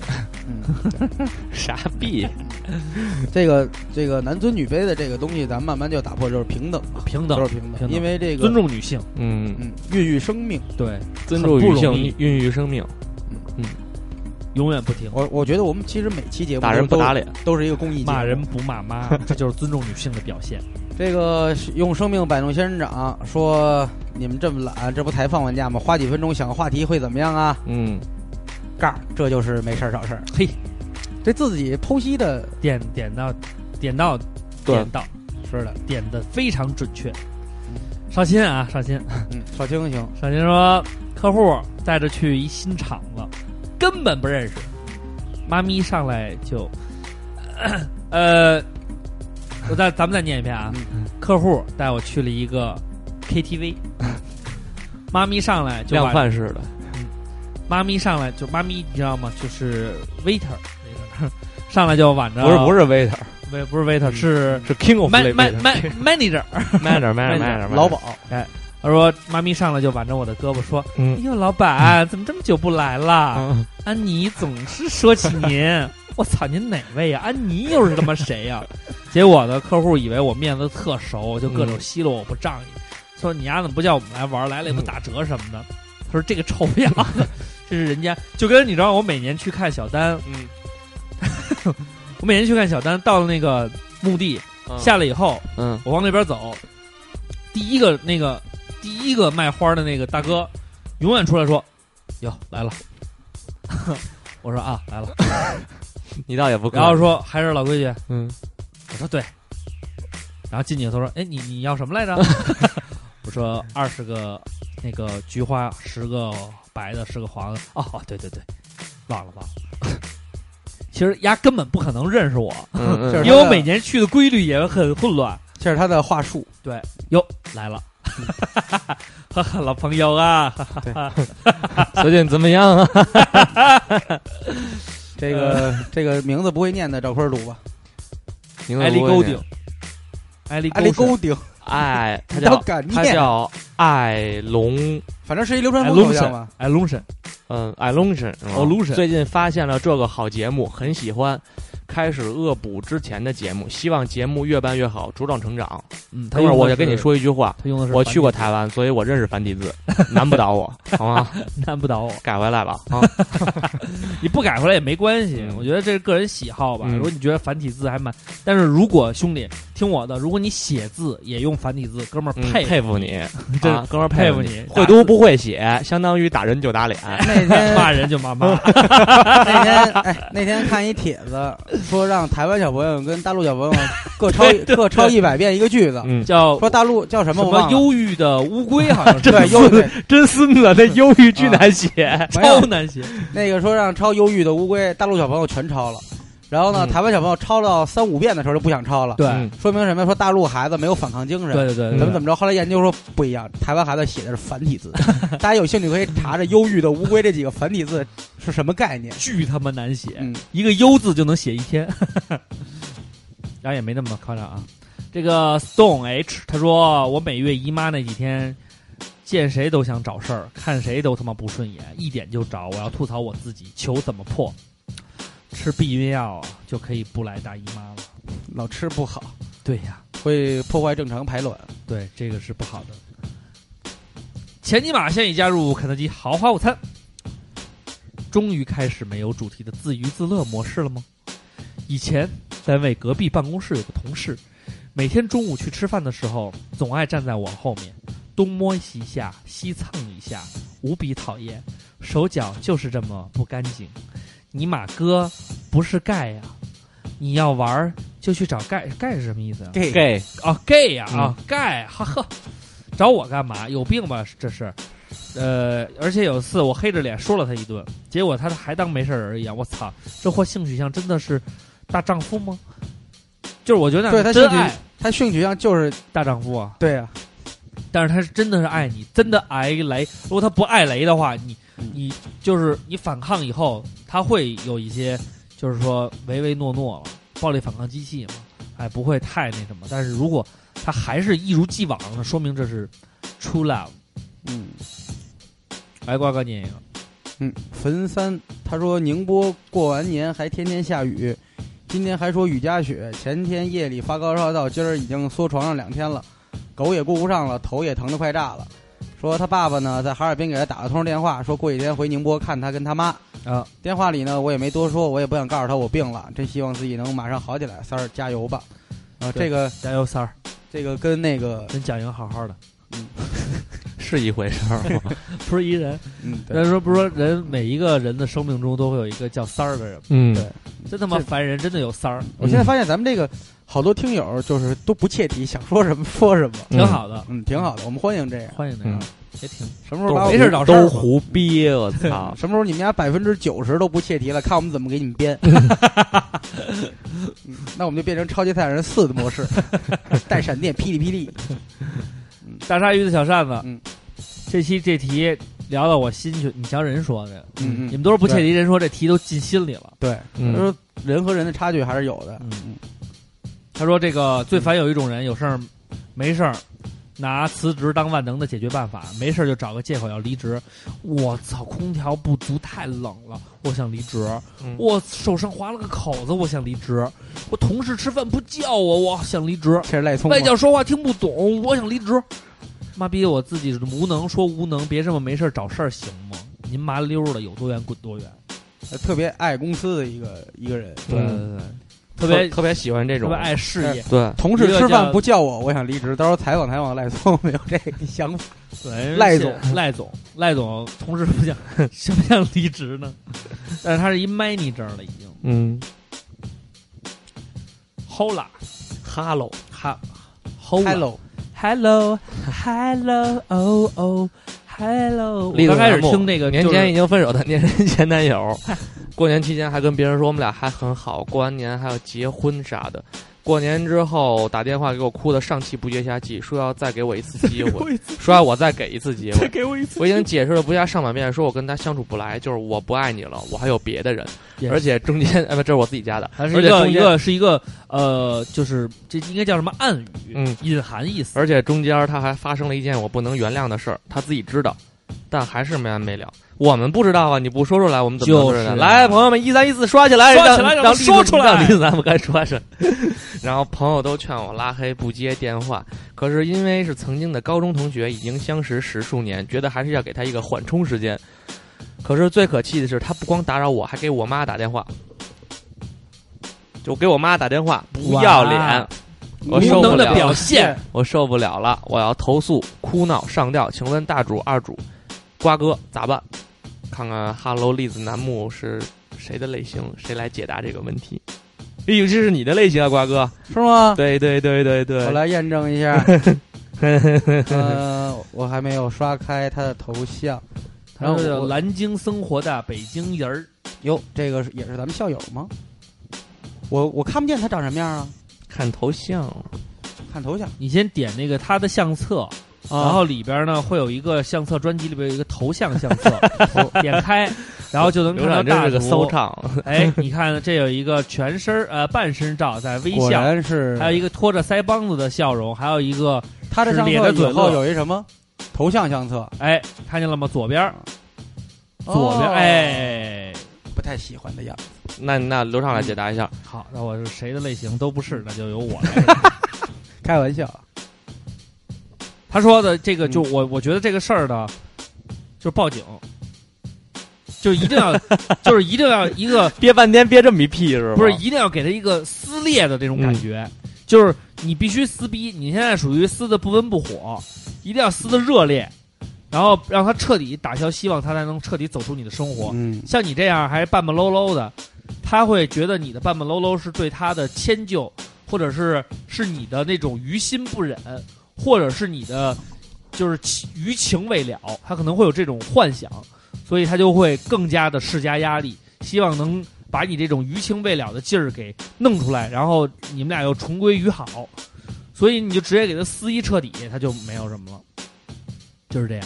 S6: 嗯。
S5: 傻逼，
S6: 这个这个男尊女卑的这个东西，咱们慢慢就打破，就是平等 嘛，
S4: 平
S6: 都
S4: 等
S6: 是，平等，
S4: 平等
S6: 因为这个
S4: 尊，重女性，
S5: 嗯，
S6: 嗯，孕育生命。
S4: 对，
S5: 尊重
S4: 很
S5: 女
S4: 不容易
S5: 性，孕育生命，
S4: 永远不停
S6: 我我觉得我们其实每期节目
S5: 打人不
S6: 都
S5: 打脸。
S6: 都是一个公益节目
S4: 骂人。不骂妈，这就是尊重女性的表现。
S6: 这个是用生命摆弄仙人掌，说你们这么懒，这不才放完假吗？花几分钟想个话题会怎么样啊？
S5: 嗯，
S6: 盖儿，这就是没事儿找事儿。
S4: 嘿，
S6: 对自己剖析的
S4: 点点到，点到，
S5: 对
S4: 点到，
S6: 是的，
S4: 点的非常准确。绍兴啊，绍兴，
S6: 嗯，少听行。
S4: 绍兴说，客户带着去一新厂子，根本不认识，妈咪上来就，呃， 我再咱们再念一遍啊，
S5: 嗯
S4: 客户带我去了一个 KTV，妈咪上来就把
S5: 量贩式的，
S4: 妈咪上来就妈咪，你知道吗？就是 waiter，上来就挽着
S5: 不是不是 waiter，
S4: 是不是 waiter，
S5: 嗯
S4: 是
S5: 是 king of
S4: man man
S5: waiter，manager
S4: man
S5: manager
S4: manager。manager，
S5: manager
S6: 老鸨，
S4: 他说妈咪上来就挽着我的胳膊说：“哎
S5: 嗯
S4: 呦，老板怎么这么久不来了？
S5: 嗯
S4: 安妮总是说起您， 我操，您哪位呀、安妮又是他妈谁呀、 结果呢，客户以为我面子特熟，就各种奚落我不仗义，
S5: 嗯
S4: 说你丫怎么不叫我们来玩儿？来了也不打折什么的。他说这个臭 不要的，这是人家就跟你知道，我每年去看小丹，
S5: 嗯，
S4: 我每年去看小丹，到了那个墓地
S5: 嗯
S4: 下来以后，
S5: 嗯
S4: 我往那边走，第一个那个第一个卖花的那个大哥，永远出来说：“哟，来了。” 我说啊，来了。
S5: 你倒也不客
S4: 然后说还是老规矩，
S5: 嗯
S4: 我说对。然后进去，他说：“哎，你你要什么来着？”我说：“二十个那个菊花，十个白的，十个黄的。”哦，哦对对对，忘了忘了。 其实丫根本不可能认识我，
S5: 嗯嗯
S6: 就是
S4: 因为我每年去的规律也很混乱。
S6: 这是他的话术。
S4: 哟，来了，哈哈，老朋友啊，
S5: 最近怎么样 啊？
S6: 这个
S4: 呃
S6: 这个名字不会念的，找坤儿读吧。
S4: 艾利勾顶，艾利
S6: 艾利
S4: 勾
S6: 勾顶，
S5: 爱，哎他
S6: 你倒
S5: 叫
S6: 敢
S5: 他
S6: 念？
S5: 叫艾龙，
S6: 反正是一流川
S4: 艾
S6: 枫
S4: 龙
S6: 头像吧
S4: 神。，艾龙神，
S5: 嗯，艾龙神是吗
S4: Illusion
S5: 最近发现了这个好节目，很喜欢，开始恶补之前的节目，希望节目越办越好，茁壮成长。
S4: 嗯，他
S5: 等会儿
S4: 用的
S5: 我就跟你
S4: 是，
S5: 说一句话，
S4: 他用的是
S5: 我
S4: 繁
S5: 去过
S4: 体
S5: 台湾，所以我认识繁体字，难不倒我，好吗？
S4: 字，难不倒我。
S5: 改回来吧啊！
S4: 你不改回来也没关系，
S5: 嗯
S4: 我觉得这是个人喜好吧。
S5: 嗯
S4: 如果你觉得繁体字还蛮，但是如果兄弟听我的，如果你写字也用繁体字，哥们儿
S5: 嗯
S4: 佩服
S5: 佩服你，
S4: 真
S5: 啊哥们儿
S4: 佩
S5: 服
S4: 服你
S5: 会读不会写，相当于打人就打脸。
S6: 那天
S4: 骂人就骂骂，
S6: 那天哎，那天看一帖子说让台湾小朋友跟大陆小朋 友各抄
S4: 对对
S6: 各抄一百遍一个句子，
S5: 嗯，
S4: 叫
S6: 说大陆叫什
S4: 什
S6: 么我
S4: 么
S6: 忘了，
S4: 忧郁的乌龟，好像是
S6: 对忧郁
S5: 真孙子，那忧郁巨难写。
S6: 没有
S4: 超难写，
S6: 那个说让抄忧郁的乌龟，大陆小朋友全抄了，然后呢，
S5: 嗯
S6: 台湾小朋友抄到三五遍的时候就不想抄了，
S4: 对
S5: 嗯
S6: 说明什么？说大陆孩子没有反抗精
S4: 对
S6: 神。
S4: 对对，
S5: 嗯
S6: 怎么怎么着？后来研究说不一样，台湾孩子写的是繁体字。大家有兴趣可以查查“忧郁的乌龟”这几个繁体字是什么概念。
S4: 巨他妈难写，
S6: 嗯，
S4: 一个“优”字就能写一天， 然后也没那么夸张啊。这个 Stone H 他说，我每月姨妈那几天，见谁都想找事儿，看谁都他妈不顺眼，一点就着。我要吐槽我自己，求怎么破？吃避孕药啊就可以不来大姨妈了。
S6: 老吃不好
S4: 对呀、
S6: 会破坏正常排卵。
S4: 对，这个是不好的。前尼玛现已加入肯德基豪华午餐，终于开始没有主题的自娱自乐模式了吗？以前单位隔壁办公室有个同事，每天中午去吃饭的时候，总爱站在我后面，东摸西下，西蹭一下，无比讨厌，手脚就是这么不干净。尼玛哥，不是盖呀、你要玩儿就去找盖，盖是什么意思啊？
S6: gay
S5: gay
S4: 啊，gay
S6: 嗯
S4: 呀啊，gay，哈呵，找我干嘛？有病吧？这是，呃，而且有次我黑着脸说了他一顿，结果他还当没事儿一样。我操，这货性取向真的是大丈夫吗？就是我觉得
S6: 对他
S4: 真
S6: 性取
S4: 爱
S6: 他性取向就是
S4: 大丈夫啊，
S6: 对啊，
S4: 但是他是真的是爱你，真的挨雷。如果他不爱雷的话，你
S6: 嗯
S4: 你就是你反抗以后，他会有一些就是说唯唯诺诺了，暴力反抗机器嘛，哎，不会太那什么。但是如果他还是一如既往，那说明这是 true love。
S6: 嗯
S4: 来，瓜哥念一个，
S6: 嗯。冯三他说宁波过完年还天天下雨，今天还说雨夹雪，前天夜里发高烧到今儿已经缩床上两天了，狗也顾不上了，头也疼得快炸了。说他爸爸呢在哈尔滨给他打了通电话，说过几天回宁波看他跟他妈。
S4: 啊，
S6: 电话里呢，我也没多说，我也不想告诉他我病了，真希望自己能马上好起来。三儿加油吧！啊，
S4: 对
S6: 这个
S4: 加油三儿，
S6: 这个跟那个，
S4: 跟蒋莹好好的，
S5: 是一回事儿吗？
S4: 不是一人。
S6: 嗯，对
S4: 人家说不是说人每一个人的生命中都会有一个叫三儿的人吗，
S5: 嗯
S6: 对
S4: 真他妈
S6: 这
S4: 烦人，真的有三儿，
S6: 我现在发现咱们这个好多听友就是都不切题，想说什么 说什么，
S4: 挺好的，
S6: 嗯，挺好的，我们欢迎这样。
S4: 欢迎大家
S5: 嗯，
S4: 也挺
S6: 什么时候把我
S4: 没事儿找事儿
S5: 都
S4: 嘛
S5: 胡憋，我操！
S6: 什么时候你们家百分之九十都不切题了，看我们怎么给你们编。 嗯那我们就变成超级赛亚人四的模式， 带闪电，霹雳霹雳。
S4: 大鲨鱼的小扇子，
S6: 嗯，
S4: 这期这题聊到我心去，你瞧人说的，
S6: 嗯
S4: 你
S6: 嗯，
S4: 们都是不切题，人说这题都进心里了。
S6: 对，
S5: 嗯
S6: 他说人和人的差距还是有的。
S4: 嗯，他说这
S6: 嗯
S4: 个最烦有一种人，有事儿没事儿拿辞职当万能的解决办法，没事儿就找个借口要离职。我操，空调不足太冷了，我想离职。
S5: 嗯
S4: 我手上划了个口子，我想离职。我同事吃饭不叫我，我想离职。
S6: 其实赖聪
S4: 外
S6: 明，
S4: 教说话听不懂，我想离职。妈逼，我自己无能，说无能，别这么没事儿找事儿行吗？您麻溜儿的，有多远滚多远。
S6: 呃特别爱公司的一个一个人。
S5: 嗯对
S4: 对对，嗯特别
S5: 特别喜欢这
S4: 特
S5: 种
S4: 别，爱事业。
S5: 对，
S6: 同事吃饭不叫我，我想离职。到时候采访采访赖聪，没有这个想法。
S5: 哎
S4: 对
S6: 赖，
S4: 人家是赖总，赖总，同 事不想想不想离职呢？但是他是一 manager 了，已经。
S5: 嗯，
S4: Hola，
S5: 哈喽，
S4: 哈，Hola，Hello，Hello，
S6: Hello，
S4: 哦哦，Hello。我
S5: 立个
S4: 刚开始
S5: 栏目
S4: 听这个
S5: 年
S4: 就是
S5: 前已经分手的年前前男友，过年期间还跟别人说我们俩还很好，过完年还要结婚啥的。过年之后打电话给我哭的上气不接下气，说要再给我一次 机会，说要我再给一次机会，
S4: 给我一次，
S5: 我已经解释了不下上百遍，说我跟他相处不来，就是我不爱你了，我还有别的人，
S4: Yes
S5: 而且中间，哎不，这是我自己加的，
S4: 它
S5: 而
S4: 是
S5: 且
S4: 一个
S5: 中
S4: 一
S5: 间，
S4: 个是一个呃，就是这应该叫什么暗语，
S5: 嗯，
S4: 隐含意思。
S5: 而且中间他还发生了一件我不能原谅的事儿，他自己知道，但还是没完没了。我们不知道啊，你不说出来，我们怎么能知道呢？
S4: 就是啊
S5: 来，朋友们，一三一四刷起来，
S4: 刷起来
S5: 让
S4: 让他
S5: 让
S4: 说出来
S5: 第三不该刷是。然后朋友都劝我拉黑不接电话，可是因为是曾经的高中同学，已经相识十数年，觉得还是要给他一个缓冲时间。可是最可气的是，他不光打扰我，还给我妈打电话，就给我妈打电话，不要脸
S4: 哇，
S5: 我
S4: 无
S5: 受不
S4: 能的
S5: 了。
S4: 表现，
S5: 我受不了了，我要投诉、哭闹、上吊。请问大主、二主、瓜哥咋办？看看 Hello 栗子楠木是谁的类型，谁来解答这个问题？哎呦，这是你的类型啊，瓜哥！
S6: 是吗？
S5: 对对对对对，
S6: 我来验证一下。呃，我还没有刷开他的头像。然后
S4: 它叫
S6: 我
S4: 南京生活的北京人儿，
S6: 哟，这个是也是咱们校友吗？我我看不见他长什么样啊，
S5: 看头像，
S6: 看头像。
S4: 你先点那个他的相册，然后里边呢会有一个相册专辑里边有一个头像相册，点开，然后就能
S5: 刘
S4: 看到
S5: 长真
S4: 大
S5: 是个骚
S4: 主。
S5: 唱，
S4: 哎，你看这有一个全身儿呃半身照在微
S6: 果
S4: 笑，
S6: 然是
S4: 还有一个托着腮帮子的笑容，还有一个
S6: 他的相
S4: 是咧着
S6: 册
S4: 嘴
S6: 以后
S4: 乐
S6: 有一什么头像相册，
S4: 哎看见了吗？左边儿左边儿
S6: 哦，
S4: 哎。
S6: 不太喜欢的样子。
S5: 那那刘畅来解答一下，
S4: 好，那我是谁的类型都不是，那就由我来。
S6: 开玩笑啊，
S4: 他说的这个，就我我觉得这个事儿呢，就是报警，就一定要，就是一定要一个
S5: 憋半天憋这么一屁是吧？
S4: 不是一定要给他一个撕裂的这种感觉，就是你必须撕逼，你现在属于撕的不温不火，一定要撕的热烈，然后让他彻底打消希望，他才能彻底走出你的生活。
S6: 嗯，
S4: 像你这样还半半喽喽的，他会觉得你的半半喽喽是对他的迁就，或者是是你的那种于心不忍，或者是你的就是其余情未了，他可能会有这种幻想，所以他就会更加的施加压力，希望能把你这种余情未了的劲儿给弄出来，然后你们俩又重归于好，所以你就直接给他撕一彻底，他就没有什么了，就是这样。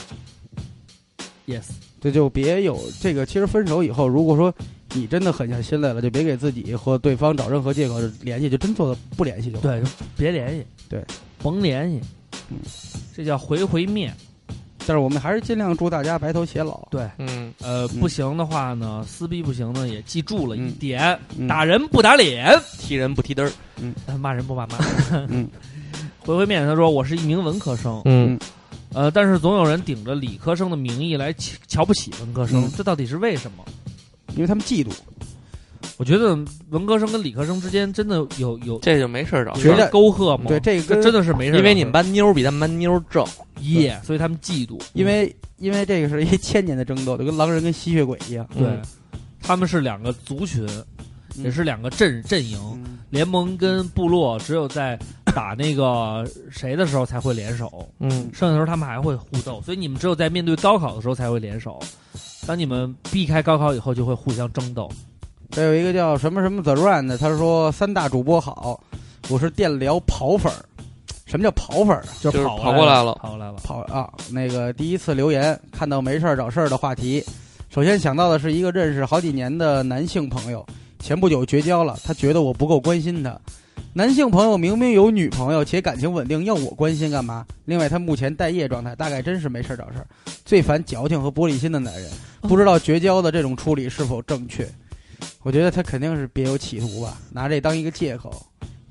S4: Yes，
S6: 这就别有这个。其实分手以后，如果说你真的狠下心来了，就别给自己或对方找任何借口联系，就真做到不联系就好。
S4: 对，就别联系，
S6: 对，
S4: 甭联系，
S6: 嗯
S4: 这叫回回面。
S6: 但是我们还是尽量祝大家白头偕老。
S4: 对，
S5: 嗯，
S4: 呃，
S6: 嗯
S4: 不行的话呢，撕逼不行呢，也记住了一
S6: 嗯
S4: 点，
S6: 嗯
S4: 打人不打脸，
S5: 踢人不踢嘚儿。
S4: 呃骂人不骂妈。
S6: 嗯，
S4: 回回面，他说我是一名文科生，
S5: 嗯
S4: 呃，但是总有人顶着理科生的名义来瞧瞧不起文科生，
S6: 嗯
S4: 这到底是为什么？
S6: 因为他们嫉妒，
S4: 我觉得文科生跟理科生之间真的有有
S5: 这就没事儿找
S4: 有
S6: 觉得
S4: 沟壑吗？
S6: 对这个
S4: 这真的是没事儿，
S5: 因为你们班妞儿比咱们班妞儿正。
S4: 耶，所以他们嫉妒，
S6: 因为因为这个是一千年的争斗，就跟狼人跟吸血鬼一样。
S4: 对、
S5: 嗯
S4: 他们是两个族群，
S6: 嗯
S4: 也是两个阵阵营。
S6: 嗯
S4: 联盟跟部落只有在打那个 谁的时候才会联手，
S5: 嗯
S4: 剩下的时候他们还会互斗，所以你们只有在面对高考的时候才会联手。当你们避开高考以后，就会互相争斗。
S6: 这有一个叫什么什么 The Run 的，他说三大主播好，我是电聊跑粉儿。什么叫跑粉儿啊？
S4: 就
S5: 就是
S4: 跑
S5: 跑过来了
S4: 跑过来了。
S6: 跑啊！那个第一次留言看到没事儿找事儿的话题，首先想到的是一个认识好几年的男性朋友，前不久绝交了，他觉得我不够关心他。男性朋友明明有女朋友且感情稳定，要我关心干嘛？另外，他目前待业状态，大概真是没事儿找事儿。最烦矫情和玻璃心的男人，不知道绝交的这种处理是否正确。我觉得他肯定是别有企图吧，拿这当一个借口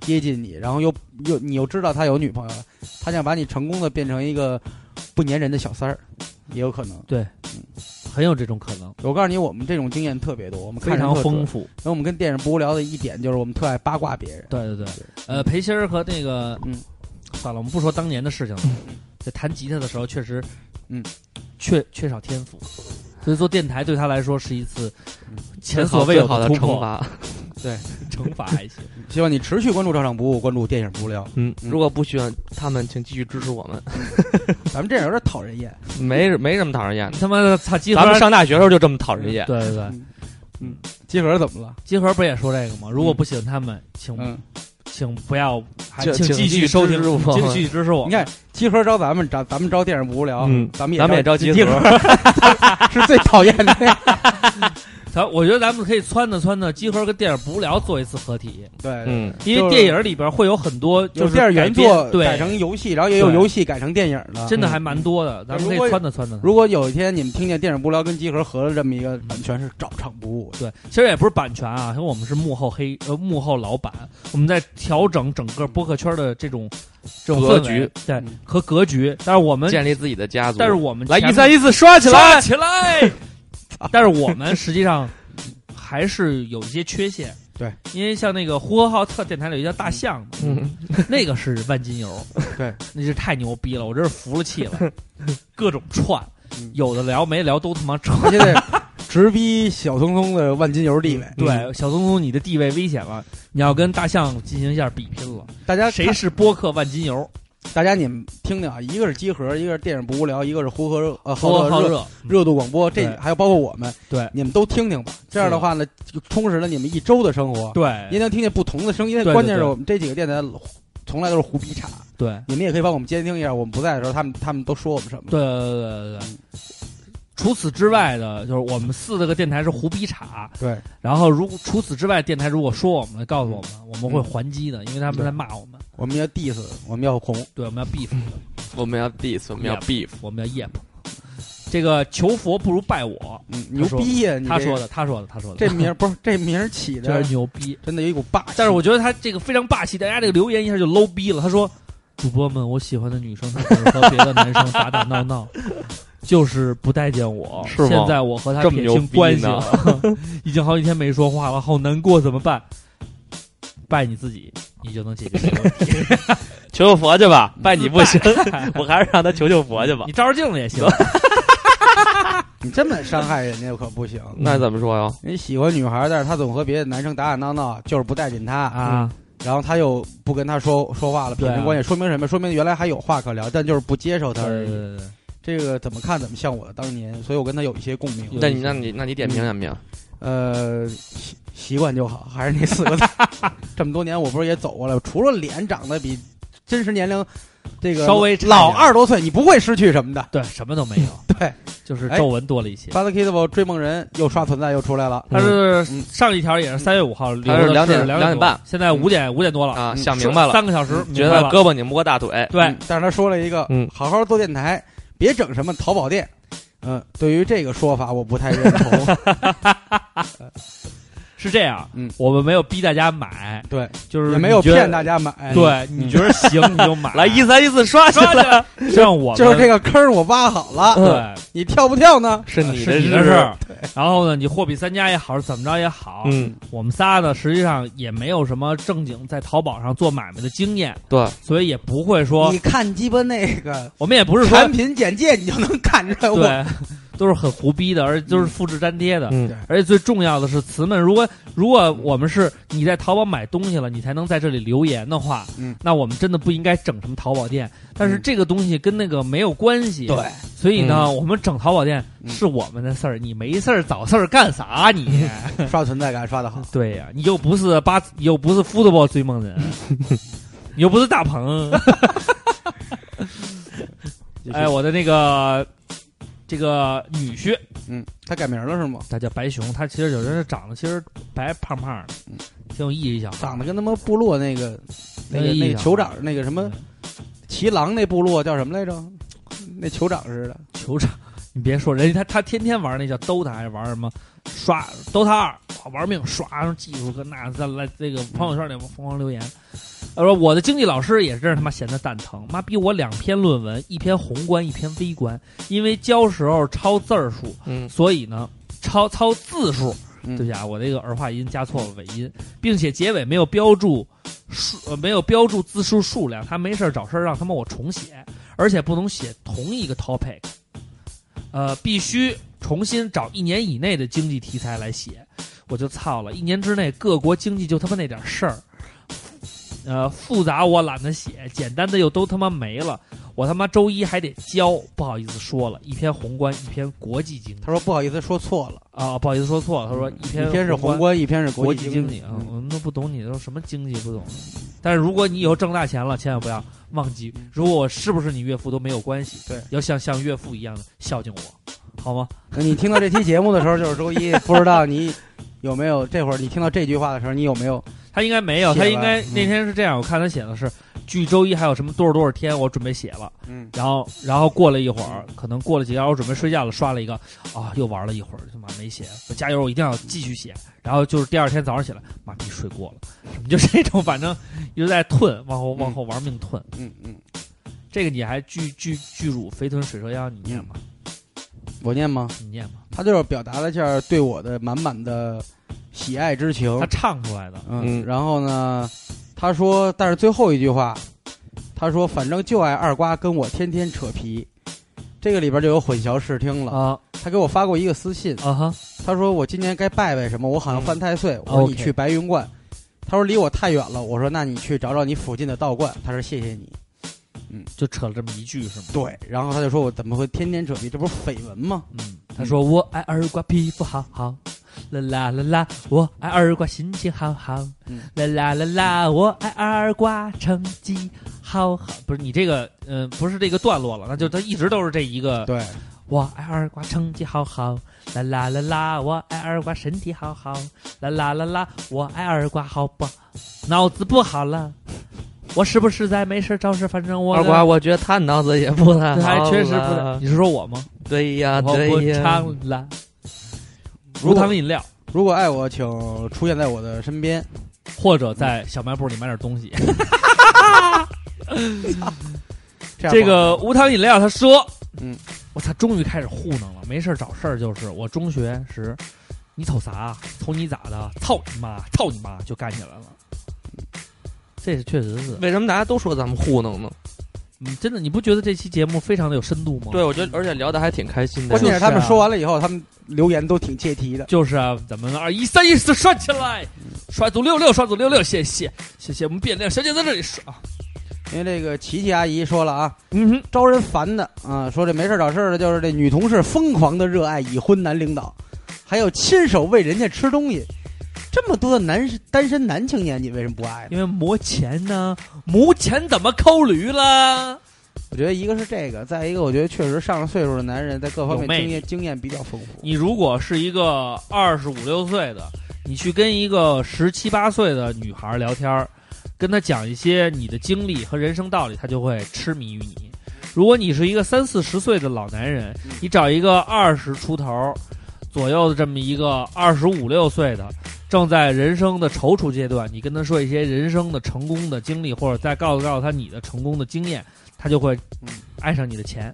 S6: 接近你，然后又又你又知道他有女朋友了，他想把你成功的变成一个不粘人的小三儿，也有可能。
S4: 很有这种可能，
S6: 我告诉你，我们这种经验特别多，我们看
S4: 非
S6: 人
S4: 常
S6: 特准
S4: 丰。富。
S6: 因为我们跟电视不无聊的一点就是，我们特爱八卦别人。
S4: 对对对，呃，裴鑫儿和那个，
S6: 嗯，
S4: 算了，我们不说当年的事情了。在弹吉他的时候，确实，
S6: 嗯，
S4: 缺缺少天赋，所以做电台对他来说是一次
S6: 嗯
S4: 前所未有
S5: 最好的
S4: 突
S5: 惩
S4: 破，
S5: 罚。
S4: 惩罚还行。
S6: 希望你持续关注照常不误，关注电影不无聊。
S5: 嗯，
S6: 嗯
S5: 如果不喜欢他们，请继续支持我们。
S6: 咱们这样有点讨人厌。
S5: 没没什么讨人厌
S4: 你
S5: 的，
S4: 他妈的操集合
S5: 嗯 咱们上大学时候就这么讨人厌。
S4: 对对对，
S6: 嗯集合怎么了？
S4: 集合不也说这个吗？如果不喜欢他们，请
S6: 嗯，
S4: 请不要，还
S5: 就
S4: 请
S5: 请
S4: 继
S5: 继
S4: 续
S5: 续
S4: 收
S5: 支
S4: 听
S5: 持我，们
S4: 请继续支持我。
S6: 你看，集合招咱们，招咱们招电视不无聊，
S5: 嗯
S6: 咱们也
S5: 咱们也招
S6: 集
S5: 集
S6: 合， 是最讨厌的。
S4: 咱我觉得咱们可以撺掇撺掇集合跟电影不无聊做一次合体，
S6: 对，
S5: 嗯，
S4: 因为
S6: 就是
S4: 电影里边会有很多就
S6: 有
S4: 是
S6: 电影原作
S4: 改编对，
S6: 改成游戏，然后也有
S4: 对
S6: 游戏改成电影了。
S4: 真的
S6: 嗯
S4: 还蛮多的，咱们可以
S6: 如果
S4: 撺掇撺掇。
S6: 如果有一天你们听见电影不无聊跟集合合了这么一个版权是照常不误的。
S4: 对，其实也不是版权啊，因为我们是幕后黑呃幕后老板，我们在调整整个播客圈的这种这种
S5: 格
S4: 氛围
S5: 局
S4: 对
S6: 嗯
S4: 和格局，但是我们
S5: 建立自己的家族。
S4: 但是我们
S5: 来
S4: 前
S5: 一
S4: 面
S5: 三一四刷起
S4: 刷
S5: 来！
S4: 起来。但是我们实际上还是有一些缺陷。
S6: 对，
S4: 因为像那个呼和浩特电台里有一叫大象嘛，
S5: 嗯，
S4: 那个是万 金油，
S6: 对，
S4: 那是太牛逼了，我真是服了气了，各种串
S6: 嗯，
S4: 有的聊没聊都他妈串。
S6: 他现在直逼小聪聪的万金油地位。
S4: 嗯
S6: 嗯
S4: 对，小松松，你的地位危险了，你要跟大象进行一下比拼了，
S6: 大家
S4: 谁是播客万金油？
S6: 大家你们听听啊，一个是集合，一个是电影不无聊，一个是呼和热呃
S4: 呼和
S6: 浩
S4: 浩
S6: 特热
S4: 特，
S6: 热度广播，这
S4: 对
S6: 还有包括我们，
S4: 对
S6: 你们都听听吧。这样的话呢，就充实了你们一周的生活，也
S4: 对
S6: 能听见不同的声音。
S4: 对对
S6: 关键是
S4: 对
S6: 我们这几个电台从来都是胡逼扯，
S4: 对
S6: 你们也可以帮我们监听一下，我们不在的时候，他们他们都说我们什么。
S4: 对对对对。除此之外的，就是我们四个电台是胡逼叉，
S6: 对，
S4: 然后如除此之外，电台如果说我们，告诉我们，我们会还击的，因为他们在骂我们，
S6: 我们要 diss，我们要红，
S4: 对，我们要 beef，
S5: 我们要 diss，我们要 beef。
S4: 我们要 yep。这个求佛不如拜我，
S6: 嗯，
S4: 他
S6: 牛
S4: 说
S6: 逼呀！你
S4: 他
S6: 这
S4: 说的，他说的，他说的，
S6: 这名儿 不是这名儿起
S4: 这
S6: 的
S4: 是，牛逼。
S6: 真的有一股霸气。
S4: 但是我觉得他这个非常霸气，大家这个留言一下就 low 逼了。他说：“主播们，我喜欢的女生她总是和别的男生打打闹闹，就是不待见我。
S5: 是吗
S4: 现在我和她
S5: 这么
S4: 撇
S5: 牛
S4: 清
S5: 逼
S4: 关系
S5: 呢
S4: 了， 已经好几天没说话了，好难过，怎么办？拜你自己，你就能解决这个问题。
S5: 求求佛去吧，拜你不 行，
S4: 拜
S5: 我还是让他求求佛去吧
S4: 你。照照镜子也 行。啊
S6: 你这么伤害人家可不行。
S5: 那怎么说呀？
S6: 你喜欢女孩，但是她总和别的男生打打闹闹，就是不待见她
S4: 啊，
S6: 然后他又不跟她说说话了，
S4: 对
S6: 撇
S4: 啊
S6: 清关系，说明什么？说明原来还有话可聊，但就是不接受她
S4: 对对
S6: 而已。
S4: 对对，
S6: 这个怎么看怎么像我当年，所以我跟她有一些共鸣。
S5: 那你那你那你点评点评，
S4: 嗯
S6: 呃，习习惯就好，还是那四个字。 这么多年，我不是也走过来，除了脸长得比真实年龄这个
S4: 稍微差
S6: 老
S4: 点
S6: 二十多岁，你不会失去什么的。
S4: 对什么都没有，
S6: 对，
S4: 就是
S6: 哎
S4: 皱纹多了一些。
S6: 巴 a k i d b 追梦人又刷存在又出来了，
S4: 他是
S6: 嗯
S4: 上一条也是三月五号留的，
S5: 他是两点
S4: 两
S5: 两点半，
S4: 现在五点五点多了嗯
S5: 啊，
S6: 嗯
S5: 想明白了，
S4: 三个小时，
S5: 觉
S4: 明白
S5: 得
S4: 了
S5: 胳膊拧不过大腿。
S4: 对
S6: 嗯，但是他说了一个，
S5: 嗯
S6: 好好做电台，别整什么淘宝店。嗯、对于这个说法，我不太认同。
S4: 是这样，
S6: 嗯
S4: 我们没有逼大家买，
S6: 对，
S4: 就是
S6: 也没有
S4: 你觉得
S6: 骗大家嗯买。
S4: 对，你觉得行你就 买，
S5: 来一三一四刷起
S4: 刷
S5: 来，
S4: 起来，像我们
S6: 就是这个坑儿我挖好了，嗯
S4: 对，
S6: 你跳不跳呢？
S5: 是
S4: 是
S5: 的
S4: 你
S5: 事
S4: 的事
S5: 儿。
S4: 儿。然后呢，你货比三家也好，怎么着也好，
S5: 嗯，
S4: 我们仨呢，实际上也没有什么正经在淘宝上做买卖的经验，
S5: 对，
S4: 所以也不会说
S6: 你，看鸡巴那个
S4: 我们也不是说
S6: 产品简介，你就能看出来我
S4: 对， 都是很胡逼的，而都是复制粘贴的。
S5: 嗯，
S4: 而且最重要的是，词们，如果如果我们是你在淘宝买东西了，你才能在这里留言的话，
S6: 嗯
S4: 那我们真的不应该整什么淘宝店。但是这个东西跟那个没有关系，
S6: 对，
S4: 所以呢，我们整淘宝店
S6: 嗯
S4: 是我们的事儿，你没事儿找事儿干啥啊你？
S6: 刷存在感刷的好。
S4: 对呀、你又不是八，你又不是 football 追梦 人，你又不是大鹏。哎，我的那个这个女婿，
S6: 嗯，他改名了是吗？
S4: 他叫白熊，他其实有人是长得其实白胖胖的，
S6: 嗯
S4: 挺有意义小孩，
S6: 长得跟他妈部落那个
S4: 那
S6: 那个
S4: 个
S6: 那
S4: 意
S6: 个
S4: 象
S6: 酋长那个什
S4: 嗯
S6: 么骑狼那部落叫什么来着？那酋长似的。
S4: 酋长。你别说，人家他他天天玩那叫 DOTA 还是玩什么刷 DOTA 二，玩命刷技术跟那再来这个朋友圈里疯狂留言。他说我的经济老师也真是他妈闲得蛋疼，妈逼我两篇论文，一篇宏观一篇微观，因为教时候抄字儿数，
S5: 嗯，
S4: 所以呢，抄抄字数，
S6: 嗯
S4: 对不起啊，我这个儿化音加错了尾音，并且结尾没有标注数，呃没有标注字数数量，他没事儿找事儿让他们我重写，而且不能写同一个 topic，呃，必须重新找一年以内的经济题材来写，我就操了，一年之内各国经济就他妈那点事儿。呃，复杂我懒得写，简单的又都他妈没了，我他妈周一还得交，不好意思说了，一篇宏观，一篇国际经济。
S6: 他说不好意思说错了，
S4: 啊，不好意思说错了，他说一篇
S6: 嗯一篇是宏观，一篇是
S4: 国
S6: 际
S4: 际
S6: 经嗯
S4: 济啊，我们都不懂你说什么经济不懂。但是如果你以后挣大钱了，千万不要忘记，如果我是不是你岳父都没有关系，
S6: 对，
S4: 要像像岳父一样的孝敬我，好吗？
S6: 你听到这期节目的时候就是周一，不知道你有没有这会儿你听到这句话的时候，你有没有
S4: 他应该没有，
S6: 写
S4: 他
S6: 了
S4: 应该
S6: 嗯
S4: 那天是这样，我看他写的是，距周一还有什么多少多少天，我准备写了，
S6: 嗯
S4: 然后然后过了一会儿，可能过了几天，我准备睡觉了，刷了一个，啊，又玩了一会儿，他妈没写，我加油，我一定要继续写。然后就是第二天早上起来，妈逼睡过了， 什么就这种，反正一直在吞，往后往后玩命吞。
S6: 嗯嗯，
S4: 这个你还巨巨巨乳肥臀水蛇腰，你念
S6: 嗯
S4: 吧，
S6: 我念吗？
S4: 你念吧，
S6: 他就是表达了一下对我的满满的喜爱之情
S4: 他。唱出来的，
S6: 嗯，
S5: 嗯
S6: 然后呢，他说，但是最后一句话，他说反正就爱二瓜跟我天天扯皮，这个里边就有混淆视听了。
S4: 啊
S6: 他给我发过一个私信，
S4: 啊哈，
S6: 他说我今年该拜拜什么，我好像犯太岁，我说
S4: 嗯啊 OK
S6: 你去白云观，他说离我太远了，我说那你去找找你附近的道观，他说谢谢你。
S4: 就扯了这么一句是吗？
S6: 对，然后他就说我怎么会天天扯皮，这不是绯闻吗？
S4: 嗯，他说我爱二瓜皮肤好好，啦啦啦啦，我爱二瓜心情好好，
S6: 嗯
S4: 啦啦啦啦，我爱二瓜成绩好好。不是你这个，嗯、不是这个段落了，那就他一直都是这一个。
S6: 对，
S4: 我爱二瓜成绩好好，啦啦啦啦，我爱二瓜身体好好，啦啦啦啦，我爱二瓜好不好？脑子不好了，我是不是在没事找事？反正我
S5: 二瓜，我觉得他脑子也不太好，
S4: 还确实不太。。你是说我吗？
S5: 对呀，
S4: 我不
S5: 对呀。
S4: 唱了，
S6: 如
S4: 如
S6: 果
S4: 糖饮料，
S6: 如果爱我，请出现在我的身边。
S4: 或者在小卖部里买点东西。
S6: 这样
S4: 这
S6: 不
S4: 个
S6: 好
S4: 无糖饮料，他说，
S6: 嗯，
S4: 我操，终于开始糊弄了，没事儿找事儿就是。我中学时，你瞅啥？瞅你咋的？操你妈！操你妈！就干起来了。这是确实是，
S5: 为什么大家都说咱们糊弄呢？
S4: 嗯，真的，你不觉得这期节目非常的有深度吗？
S5: 对，，我觉得而且聊的还挺开心的
S6: 关。键是他们
S4: 就是啊
S6: 说完了以后，他们留言都挺切题的。
S4: 就是啊，咱们二一三一四刷起来，刷组六六，刷组六六，谢谢谢谢我们变量小姐在这里刷。
S6: 因为这个琪琪阿姨说了啊，
S4: 嗯哼，
S6: 招人烦的啊，说这没事找事儿的，就是这女同事疯狂的热爱已婚男领导，还有亲手喂人家吃东西。这么多的男单身男青年，你为什么不爱呢？
S4: 因为磨钱呢，磨钱怎么抠驴啦？
S6: 我觉得一个是这个，再一个我觉得确实上了岁数的男人在各方面
S4: 有魅
S6: 经验经验比较丰富。
S4: 你如果是一个二十五六岁的，你去跟一个十七八岁的女孩聊天儿，跟她讲一些你的经历和人生道理，她就会痴迷于你。如果你是一个三四十岁的老男人，你找一个二十出头儿左右的这么一个二十五六岁的，正在人生的踌躇阶段，你跟他说一些人生的成功的经历，或者再告诉告诉他你的成功的经验，他就会
S6: 嗯
S4: 爱上你的钱。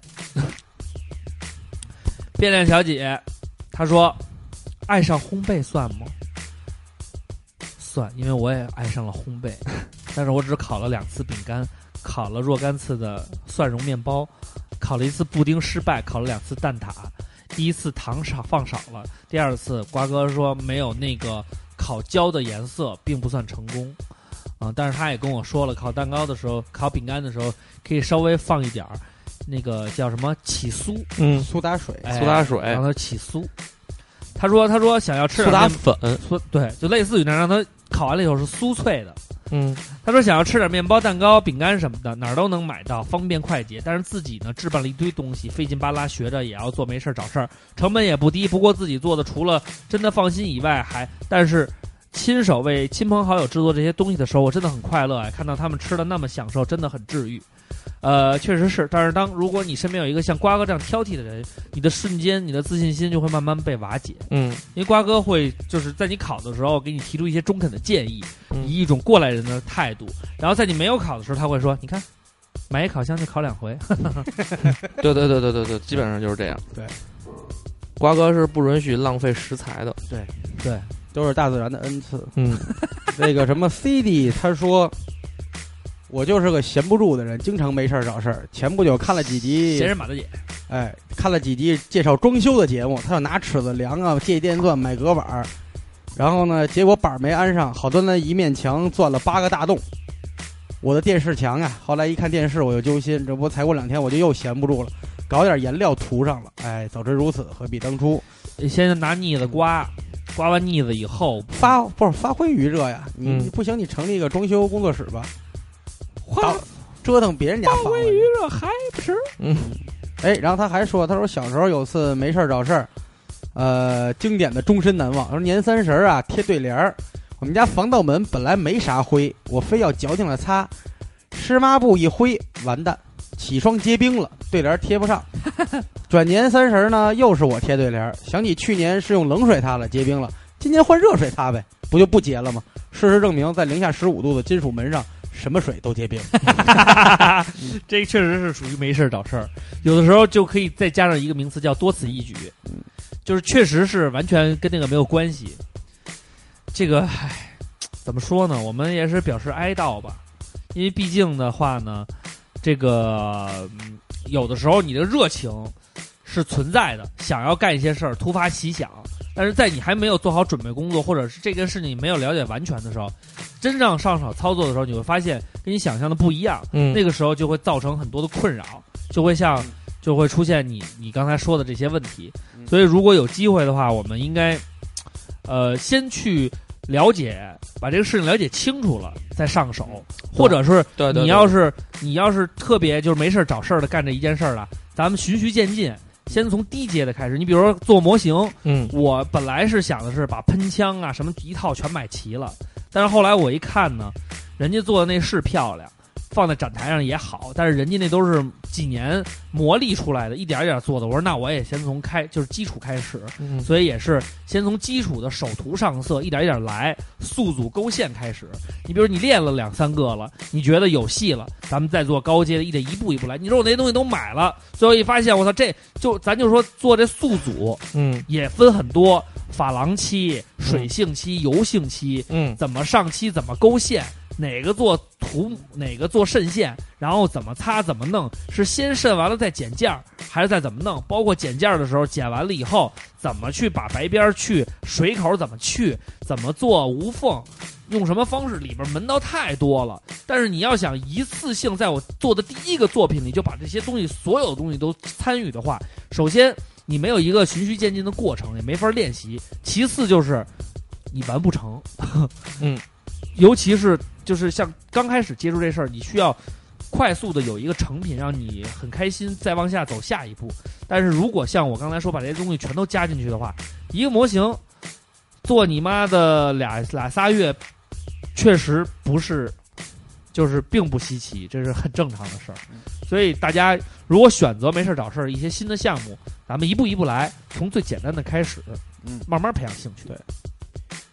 S4: 变脸小姐，她说：“爱上烘焙算吗？”算，因为我也爱上了烘焙， 但是我只烤了两次饼干，烤了若干次的蒜蓉面包，烤了一次布丁失败，烤了两次蛋挞。第一次糖少放少了，第二次瓜哥说没有那个烤焦的颜色，并不算成功。啊、但是他也跟我说了，烤蛋糕的时候，烤饼干的时候，可以稍微放一点儿，那个叫什么起酥，
S5: 嗯，
S6: 苏打水，
S4: 哎
S5: 苏打水、
S4: 让他起酥。他说：“他说想要吃
S5: 苏打
S4: 点
S5: 粉，
S4: 酥，对，就类似于那样，让他烤完了以后是酥脆的。
S5: 嗯，
S4: 他说想要吃点面包、蛋糕、饼干什么的，哪儿都能买到，方便快捷。但是自己呢，置办了一堆东西，费劲巴拉学着也要做，没事儿找事儿，成本也不低。不过自己做的除了真的放心以外，还但是亲手为亲朋好友制作这些东西的时候，我真的很快乐哎，看到他们吃的那么享受，真的很治愈。呃，确实是，但是当如果你身边有一个像瓜哥这样挑剔的人，你的瞬间，你的自信心就会慢慢被瓦解。
S5: 嗯，
S4: 因为瓜哥会就是在你考的时候给你提出一些中肯的建议，
S5: 嗯
S4: 以一种过来人的态度，然后在你没有考的时候，他会说：“你看，买一烤箱就烤两回。
S5: 对对对对对对，基本上就是这样。
S6: 对，
S5: 瓜哥是不允许浪费食材的。
S6: 都是大自然的恩赐。
S5: 嗯，
S6: 那个什么 CD，他说我就是个闲不住的人，经常没事儿找事儿。前不久看了几”
S4: 闲
S6: 集，
S4: 人马大姐，
S6: 哎，看了几集介绍装修的节目，他要拿尺子量啊，借电钻买隔板儿，然后呢，结果板儿没安上，好端端一面墙钻了八个大洞。我的电视墙啊，后来一看电视我就揪心，这不才过两天我就又闲不住了，搞点颜料涂上了。哎，早知如此，何必当初？
S4: 先拿腻子刮，刮完腻子以后，
S6: 发不是发挥余热呀，你、
S5: 嗯
S6: 你不行，你成立一个装修工作室吧，打折腾别人家房子去。
S4: 热还不吃。
S6: 哎，然后他还说，他说小时候有次没事儿找事儿，呃，经典的终身难忘。他说年三十儿啊贴对联儿，我们家防盗门本来没啥灰，我非要矫情的擦，湿抹布一挥，完蛋，起霜结冰了，对联儿贴不 上。转年三十儿呢，又是我贴对联儿，想起去年是用冷水擦了，结冰了，今年换热水擦呗，不就不结了吗？事实证明，在零下十五度的金属门上，什么水都结冰。
S4: 这个确实是属于没事儿找事儿，有的时候就可以再加上一个名词叫多此一举，就是确实是完全跟那个没有关系。这个唉，怎么说呢？我们也是表示哀悼吧，因为毕竟的话呢，这个、嗯有的时候你的热情是存在的，想要干一些事儿，突发奇想。但是在你还没有做好准备工作，或者是这件事你没有了解完全的时候，真正上手操作的时候，你会发现跟你想象的不一样。
S5: 嗯，
S4: 那个时候就会造成很多的困扰，就会像就会出现你你刚才说的这些问题。
S6: 嗯
S4: 所以如果有机会的话，我们应该呃先去了解，把这个事情了解清楚了再上手，或者是
S5: 嗯对对对，
S4: 你要是你要是特别就是没事儿找事儿的干这一件事儿了，咱们循序渐进。先从低阶的开始，你比如说做模型，
S5: 嗯
S4: 我本来是想的是把喷枪啊什么一套全买齐了，但是后来我一看呢，人家做的那是漂亮，放在展台上也好，但是人家那都是几年磨砺出来的，一点儿一点儿做的。我说那我也先从开就是基础开始，
S5: 嗯
S4: 所以也是先从基础的首图上色，一点一点来，速组勾线开始。你比如你练了两三个了，你觉得有戏了，咱们再做高阶的，一得一步一步来。你说我那些东西都买了，最后一发现，我操，这就咱就说做这速组
S5: 嗯
S4: 也分很多，珐琅漆、水性漆、油性漆，
S5: 嗯
S4: 怎么上漆，怎么勾线，哪个做涂，哪个做渗线，然后怎么擦，怎么弄，是先渗完了再剪件儿，还是再怎么弄？包括剪件儿的时候，剪完了以后怎么去把白边儿去，水口怎么去，怎么做无缝。用什么方式？里边门道太多了，但是你要想一次性在我做的第一个作品里就把这些东西所有东西都参与的话，首先你没有一个循序渐进的过程，也没法练习。其次就是你完不成，
S5: 嗯，
S4: 尤其是就是像刚开始接触这事儿，你需要快速的有一个成品，让你很开心，再往下走下一步。但是如果像我刚才说把这些东西全都加进去的话，一个模型做你妈的俩俩仨月，确实不是，就是并不稀奇，这是很正常的事儿。
S6: 嗯
S4: 所以大家如果选择没事儿找事儿一些新的项目，咱们一步一步来，从最简单的开始，
S6: 嗯
S4: 慢慢培养兴趣。
S6: 对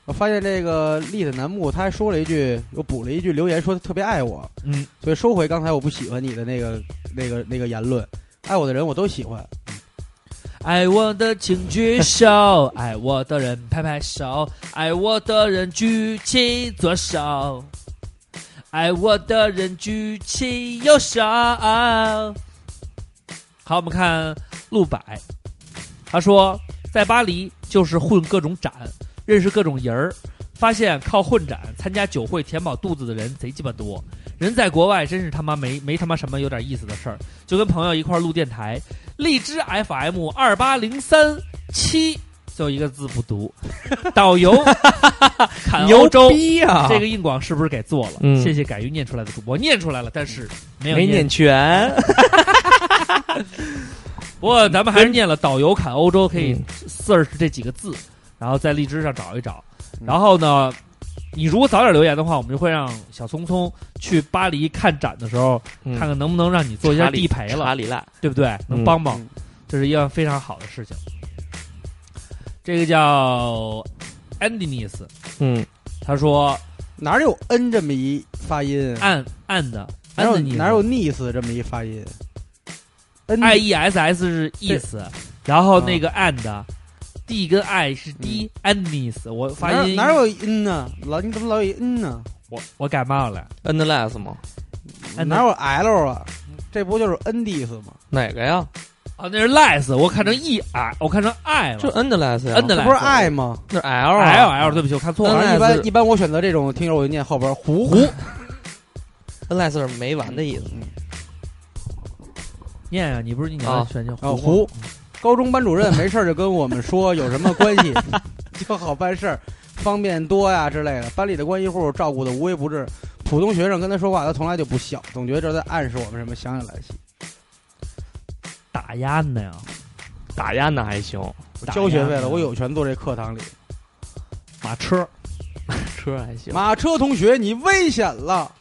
S6: 我发现这个丽的楠木，他还说了一句，又补了一句留言，说他特别爱我，
S4: 嗯，
S6: 所以收回刚才我不喜欢你的那个、那个、那个言论。啊爱我的人我都喜欢，
S4: 爱我的请举手，爱我的人拍拍手，爱我的人举起左手，爱哎我的人举起右手。啊好，我们看陆柏，他说在巴黎就是混各种展，认识各种人儿，发现靠混展参加酒会填饱肚子的人贼鸡巴多。人在国外真是他妈没没他妈什么有点意思的事儿，就跟朋友一块儿录电台，荔枝 FM 二八零三七，就一个字不读， 导游砍欧洲。
S5: 逼啊
S4: 这个硬广是不是给做了？
S5: 嗯
S4: 谢谢敢于念出来的主播，念出来了，但是没有
S5: 没
S4: 念
S5: 念全，
S4: 不过咱们还是念了“导游砍欧洲”，可以
S5: 嗯
S4: search 这几个字，然后在荔枝上找一找。
S5: 嗯
S4: 然后呢，你如果早点留言的话，我们就会让小聪聪去巴黎看展的时候，看看能不能让你做一下地陪
S5: 嗯查
S4: 了，
S5: 理拉，
S4: 对不对？能
S5: 嗯
S4: 帮帮
S6: 嗯，
S4: 这是一件非常好的事情。这个叫 Andinis，
S5: 嗯
S4: 他说
S6: 哪有 n 这么一发音？
S4: 暗暗的，啊
S6: 哪有
S4: Andinis
S6: 哪有 nice 这么一发音？n 哎
S4: i e s s 是意思，然后那个
S6: 嗯
S4: and。D 跟 I 是 D，Andinis，我发
S6: 哪
S4: 音
S6: 哪有 n 呢？老你怎么老有 n 呢？
S4: 我我感冒了，
S5: ，endless 吗？
S4: 哎
S6: 嗯哪有 l 啊？这不就是 n d i s 吗？
S5: 哪个呀？
S4: 啊，那是 less，我看成 e i，我看成 i 了，
S5: 就 endless 呀
S4: endless
S6: 这不是 i 吗？哦
S5: 那是 l 啊
S4: l l，对不起，我看错
S6: 反
S5: NS
S4: 了
S6: 正一般一般我选择这种听友我就念后边胡胡，
S5: endless 是没完的意思。
S4: 念啊，你不是你
S5: 啊
S4: 要选项
S6: 啊，胡，高中班主任没事儿就跟我们说有什么关系， 就好办事儿，方便多呀之类的。班里的关系户照顾的无微不至，普通学生跟他说话他从来就不笑，总觉得这在暗示我们什么。想起来
S4: 打压呢呀，
S5: 打压那还行，
S4: 打
S6: 交学费
S4: 压呢
S6: 了，我有权坐这课堂里。
S4: 马车，
S5: 车还行。
S6: 马车同学，你危险了！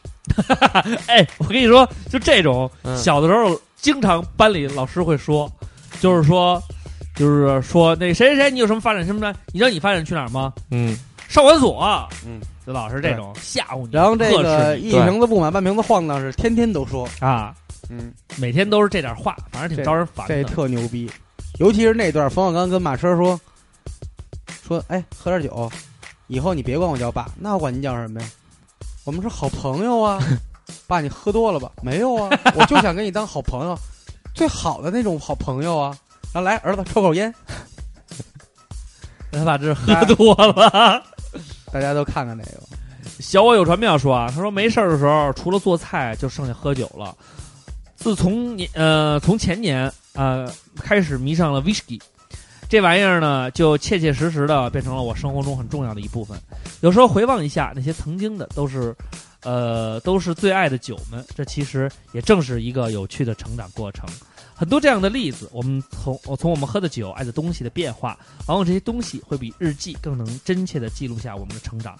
S4: 哎，我跟你说，就这种
S5: 嗯
S4: 小的时候，经常班里老师会说，就是说，就是说那谁谁谁，你有什么发展什么的，你知道你发展去哪儿吗？
S5: 嗯，
S4: 上管所，
S6: 嗯，
S4: 就老是这种吓唬你，
S6: 然后这
S4: 呵
S6: 个
S4: 斥
S6: 一
S4: 你
S6: 瓶子不满半瓶子晃荡是天天都说，
S4: 啊，
S6: 嗯，
S4: 每天都是这点话，反正挺
S6: 这
S4: 招人烦
S6: 这
S4: 的。
S6: 特牛逼。尤其是那段，冯小刚跟马车说说，哎，喝点酒，以后你别管我叫爸，那我管你叫什么呀？我们是好朋友啊，爸，你喝多了吧？没有啊，我就想跟你当好朋友，最好的那种好朋友啊。然后来，儿子抽口烟，
S4: 他把这喝多了。
S6: 大家都看看这个。
S4: 小我有传票说啊，他说没事儿的时候，除了做菜，就剩下喝酒了。自从年呃从前年呃开始迷上了 whisky，这玩意儿呢，就切切实实的变成了我生活中很重要的一部分。有时候回望一下那些曾经的，都是呃都是最爱的酒们，这其实也正是一个有趣的成长过程。很多这样的例子，我们从我从我们喝的酒、爱的东西的变化，往往这些东西会比日记更能真切的记录下我们的成长。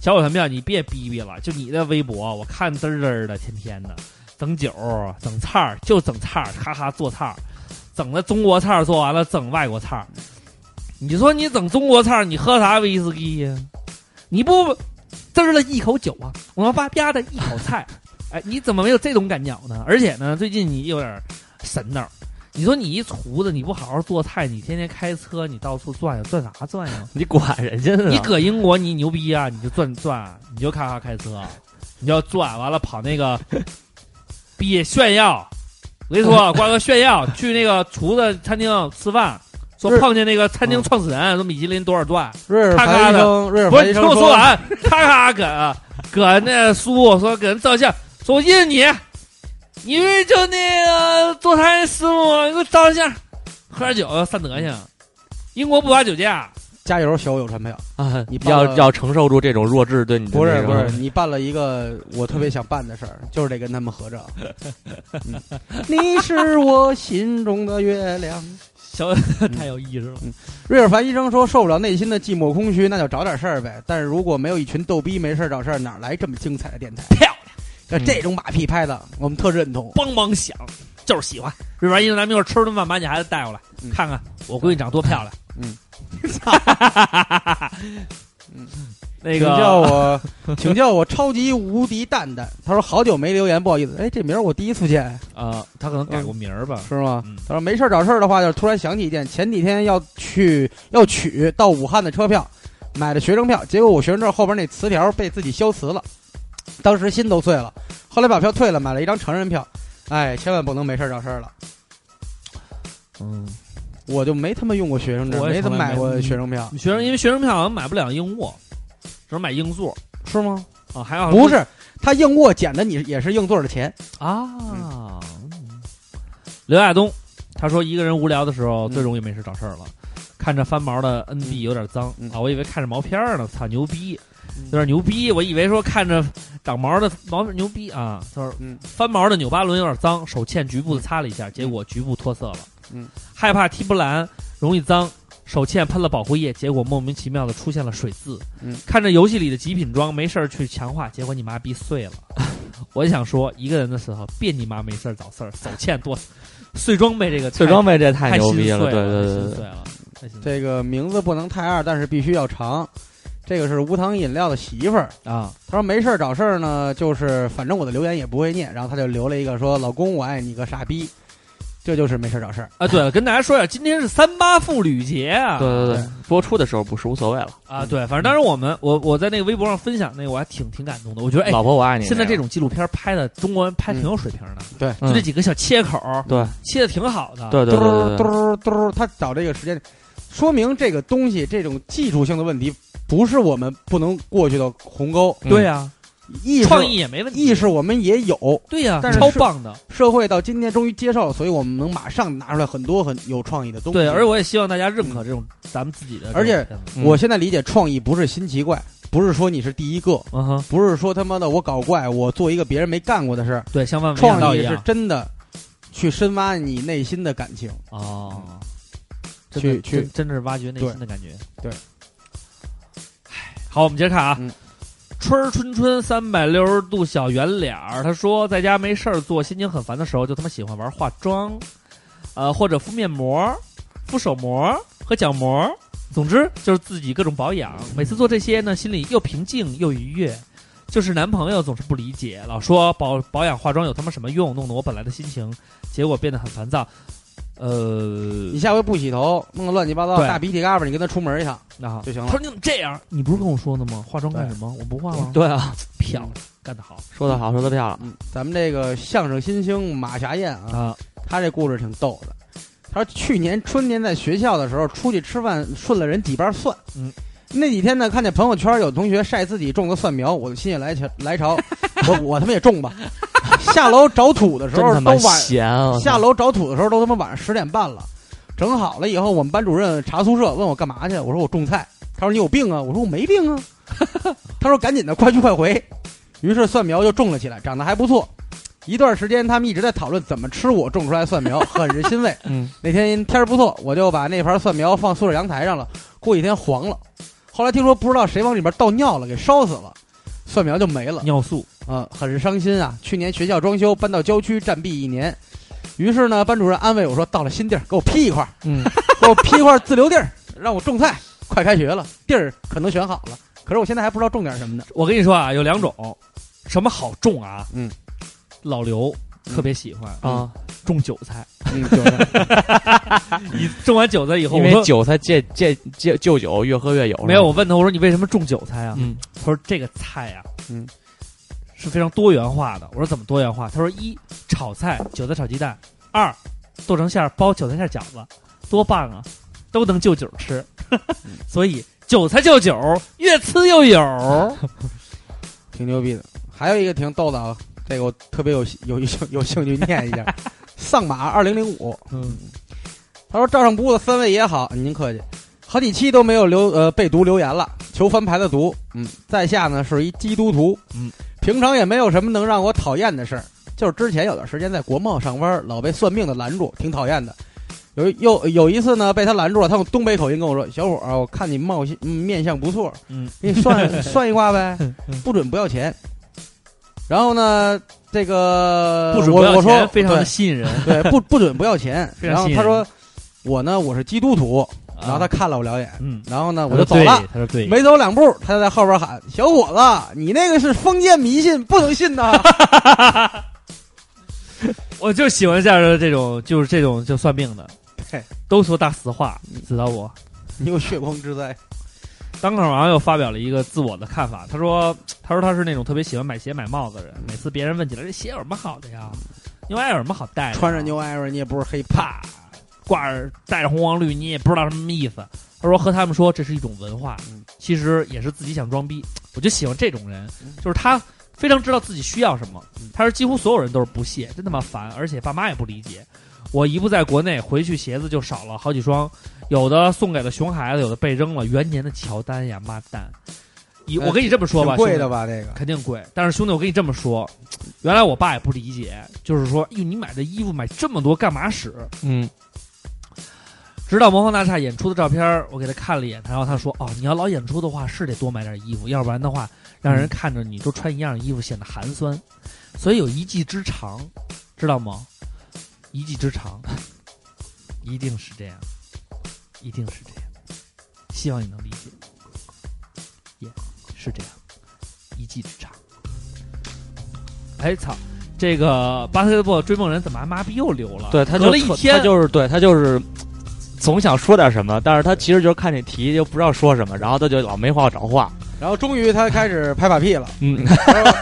S4: 小狗团票，你别逼逼了，就你的微博，我看嘚儿嘚儿的，天天的整酒儿、整菜儿，就整菜儿，咔咔做菜儿，整的中国菜儿做完了，整外国菜儿。你说你整中国菜儿，你喝啥威士忌呀？你不嘚儿了一口酒啊，我们吧吧的一口菜，哎，你怎么没有这种感觉呢？而且呢，最近你有点儿神叨儿。你说你一厨子，你不好好做菜，你天天开车，你到处转悠，转啥转 悠？
S5: 你管人家
S6: 啊
S5: 呢？
S4: 你搁英国你牛逼啊，你就转转，你就咔咔开车，你就转完了跑那个逼炫耀。我跟你说，瓜哥炫耀去那个厨子餐厅吃饭，说
S6: 是
S4: 碰见那个餐厅
S6: 嗯
S4: 创始人，说米其林多少段，
S6: 瑞尔
S4: 咔咔
S6: 凡医
S4: 的
S6: 生，瑞尔
S4: 不
S6: 凡
S4: 是，你
S6: 医生
S4: 听我说完，咔咔搁啊搁那书说给人照相，说我认识你，你为就那个做菜师傅，你给我照相，喝点酒散德行，英国不罚酒驾，
S6: 加油，小友传票。
S5: 啊
S6: 你，报
S5: 要
S6: 了
S5: 要承受住这种弱智对你的
S6: 不是
S5: 那
S6: 不
S5: 种
S6: 是，你办了一个我特别想办的事儿，就是得跟他们合照。嗯你是我心中的月亮。
S4: 小
S6: 嗯
S4: 太有意思了。
S6: 瑞尔凡医生说受不了内心的寂寞空虚，那就找点事儿呗。但是如果没有一群逗逼没事儿找事儿，哪来这么精彩的电台？
S4: 漂亮，
S6: 像这种马屁拍的，我们特认同。
S4: 梆梆响，就是喜欢。瑞完一咱们一会儿吃顿饭，把你孩子带过来，
S6: 嗯
S4: 看看我闺女长多漂亮。
S6: 嗯，
S4: 那
S6: 请叫
S4: 个
S6: 我，请叫我超级无敌蛋蛋。他说好久没留言，不好意思，哎，这名儿我第一次见，
S4: 呃，他可能改过名儿吧。
S6: 是吗？
S4: 嗯
S6: 他说没事儿找事儿的话，就是突然想起一件，前几天要去要取到武汉的车票，买的学生票，结果我学生证后边那磁条被自己消磁了，当时心都碎了。后来把票退了，买了一张成人票。哎，千万不能没事儿找事儿了。
S4: 嗯，
S6: 我就没他妈用过学生证，
S4: 我也
S6: 没怎么
S4: 从来
S6: 买
S4: 没
S6: 过
S4: 嗯
S6: 学生票，
S4: 学生因为学生票好像买不了硬卧，只能买硬座
S6: 是吗？
S4: 啊，还好
S6: 不是，他硬卧捡的你也是硬座的钱。嗯
S4: 啊。刘亚东他说，一个人无聊的时候
S6: 嗯
S4: 最容易没事找事儿了。看着翻毛的 NB 有点脏、
S6: 嗯
S4: 啊，我以为看着毛片儿呢，操牛逼，
S6: 嗯
S4: 有点牛逼，我以为说看着长毛的毛牛逼啊，他说
S6: 嗯
S4: 翻毛的纽巴伦有点脏，手欠局部的擦了一下，结果局部脱色了，
S6: 嗯，
S4: 害怕踢不蓝容易脏。手欠喷了保护液，结果莫名其妙的出现了水渍。
S6: 嗯，
S4: 看着游戏里的极品装，没事儿去强化，结果你妈逼碎了。 我想说，一个人的时候，别你妈没事儿找事儿，手欠多碎装备这个太
S5: 碎装备这太
S4: 太
S5: 牛
S4: 心
S5: 逼
S4: 碎
S5: 了，对
S4: 太
S5: 对对
S4: 心
S5: 对
S4: 碎
S5: 对，
S4: 了，太心碎
S6: 这个名字不能太二，但是必须要长。这个是无糖饮料的媳妇儿，
S4: 了啊！
S6: 她说没事儿找事儿呢，就是反正我的留言也不会念，然后她就留了一个说老公我爱你个傻逼，这就是没事儿找事儿。
S4: 啊，对了，跟大家说一下，今天是三八妇女节啊！
S5: 对对
S6: 对
S5: 对，播出的时候不是无所谓了。
S4: 啊，对，反正当时我们我我在那个微博上分享那个，我还挺挺感动的。我觉得哎，
S5: 老婆我爱你。
S4: 现在这
S5: 种
S4: 种纪录片拍的中国人拍挺有水平的，
S6: 对
S4: 就这几个小切口儿
S5: 对
S4: 切的挺好的。，
S5: 嗯对对
S6: 嘟
S5: 对对
S6: 儿嘟
S5: 对，
S6: 儿嘟儿，她找这个时间，说明这个东西这种技术性的问题不是我们不能过去的鸿沟，
S5: 嗯
S4: 对呀，
S6: 意识
S4: 创意也没问题，
S6: 意识我们也有，
S4: 对呀，
S6: 但是
S4: 超
S6: 是
S4: 棒的。
S6: 社会到今天终于接受了，所以我们能马上拿出来很多很有创意的东西。
S4: 对，而我也希望大家认可这种咱们自己的这种
S6: 而且
S4: 片子，
S5: 嗯
S6: 我现在理解创意不是新奇怪，不是说你是第一个，
S4: 嗯哼，
S6: 不是说他妈的我搞怪，我做一个别人没干过的事儿。
S4: 对，像万万没想
S6: 创
S4: 到一
S6: 意是
S4: 样
S6: 真的去深挖你内心的感情。
S4: 哦，真的
S6: 嗯去去
S4: 真真的是挖掘内心的感觉。
S6: 对对
S4: 唉，好，我们接着看啊。
S6: 嗯
S4: 春儿春春三百六十度小圆脸儿，他说在家没事儿做，心情很烦的时候，就他妈喜欢玩化妆，呃，或者敷面膜、敷手膜和角膜，总之就是自己各种保养。每次做这些呢，心里又平静又愉悦。就是男朋友总是不理解，老说保保养化妆有他妈什么用，弄得我本来的心情，结果变得很烦躁。呃，
S5: 嗯
S6: 你下回不洗头，弄得乱七八糟，
S4: 对
S6: 大鼻涕嘎巴，你跟他出门一趟
S4: 啊，
S6: 就行
S4: 他
S6: 了
S4: 说。你怎么这样？你不是跟我说的吗？化妆干什么？我不化吗？
S5: 对啊，
S4: 漂亮，干得好
S5: 说得好，说得漂亮。
S6: 嗯，咱们这个相声新星马霞燕
S5: 嗯
S6: 啊，
S4: 啊！
S6: 她这故事挺逗的。她说去年春天在学校的时候出去吃饭，顺了人几瓣蒜。
S4: 嗯，
S6: 那几天呢，看见朋友圈有同学晒自己种的蒜苗，我就心血来潮来 潮，我我他妈也种吧。下楼找土的时
S5: 真
S6: 候
S5: 他
S6: 都
S5: 妈
S6: 晚
S5: 闲啊！
S6: 下楼找土的时候都他妈晚上十点半了，整好了以后，我们班主任查宿舍问我干嘛去，我说我种菜，他说你有病啊，我说我没病啊， 他说赶紧的，快去快回，于是蒜苗就种了起来，长得还不错。一段时间，他们一直在讨论怎么吃我种出来的蒜苗，很是欣慰。
S5: 嗯，
S6: 那天天儿不错，我就把那盘蒜苗放宿舍阳台上了。过几天黄了，后来听说不知道谁往里边倒尿了，给烧死了，蒜苗就没了。
S4: 尿素，
S6: 啊，很是伤心啊！去年学校装修搬到郊区，占地一年，于是呢，班主任安慰我说：“到了新地儿，给我批一块儿，
S5: 嗯，
S6: 给我批一块儿自留地儿，让我种菜。快开学了，地儿可能选好了，可是我现在还不知道种点什么呢。
S4: 我跟你说啊，有两种，什么好种啊？
S6: 嗯，
S4: 老刘特别喜欢嗯
S5: 啊，
S4: 种韭菜，”
S6: 嗯，就是
S4: 你种完韭菜以后，
S5: 因
S4: 我
S5: 为
S4: 说
S5: 韭菜借借借旧酒，越喝越
S6: 哦
S5: 有。
S4: 没有，我问他，我说你为什么种韭菜啊？
S5: 嗯
S4: 他说这个菜呀、
S6: 嗯，
S4: 是非常多元化的。我说怎么多元化？他说一炒菜，韭菜炒鸡蛋；二剁成馅儿包韭菜馅儿饺子，多棒啊，都能就酒吃。
S6: 嗯
S4: 所以韭菜就酒，越吃越
S6: 嗯
S4: 有。
S6: 挺牛逼的。还有一个挺逗的啊，这个我特别有有有有兴趣念一下，丧马二零零五。
S4: 嗯，
S6: 他说：“照上不误的三位也好，您客气，好几期都没有留呃被读留言了，求翻牌的读。嗯，在下呢是一基督徒，
S4: 嗯，
S6: 平常也没有什么能让我讨厌的事儿，就是之前有段时间在国贸上班，老被算命的拦住，挺讨厌的。有又有一次呢，被他拦住了，他用东北口音跟我说：‘小伙儿，我看你貌相、嗯面相不错，
S4: 嗯，
S6: 给 你算算一卦呗，不准不要钱。’然后呢，这个
S4: 不准
S6: 呃我
S4: 不要
S6: 我说
S4: 钱，非常
S6: 对
S4: 的吸引人。
S6: 对，不不准不要钱。
S4: 非常
S6: 然后
S4: 吸引
S6: 他
S4: 人
S6: 说，我呢我是基督徒，然后他
S4: 啊，
S6: 看了我两眼，
S4: 嗯，
S6: 然后呢 我
S4: 我
S6: 就走了。
S4: 他说对，
S6: 没走两步，他就在后边喊：“小伙子，你那个是封建迷信，不能信 呐
S4: 我就喜欢像是这种，就是这种就算命的
S6: 对，
S4: 都说大实话，
S6: 嗯
S4: 知道不？！”
S6: 你有血光之灾。
S4: 当口王又发表了一个自我的看法，他说：“他说他是那种特别喜欢买鞋买帽子的人，每次别人问起来这鞋有什么好的呀，牛爱有什么好戴的呀，
S6: 穿着牛艾瑞，你也不是黑怕。
S4: 啪，挂着带着红黄绿，你也不知道什么意思。”他说：“和他们说这是一种文化
S6: 嗯，
S4: 其实也是自己想装逼。我就喜欢这种人，
S6: 嗯
S4: 就是他非常知道自己需要什么，他是几乎所有人都是不屑，真他妈烦，而且爸妈也不理解。我一不在国内，回去鞋子就少了好几双，有的送给了熊孩子，有的被扔了。元年的乔丹呀，妈蛋！以
S6: 呃
S4: 我跟你这么说吧，
S6: 挺贵的
S4: 兄弟
S6: 吧？这个
S4: 肯定贵。但是兄弟，我跟你这么说，原来我爸也不理解，就是说，哟，你买的衣服买这么多干嘛使？
S5: 嗯，
S4: 直到魔方大厦演出的照片儿，我给他看了一眼，然后他说：“哦，你要老演出的话，是得多买点衣服，要不然的话，让人看着你都穿一样的衣服，显得寒酸。所以有一技之长，知道吗？一技之长，一定是这样，一定是这样。希望你能理解，也、是这样，一技之长。哎操，这个巴特布追梦人怎么还妈逼又留了？
S5: 对，他
S4: 隔
S5: 就
S4: 了一
S5: 特
S4: 天
S5: 他就是对他就是总想说点什么，但是他其实就是看这题就不知道说什么，然后他就老没话找话。
S6: 然后终于他开始拍马屁了。
S5: 嗯，
S6: 他说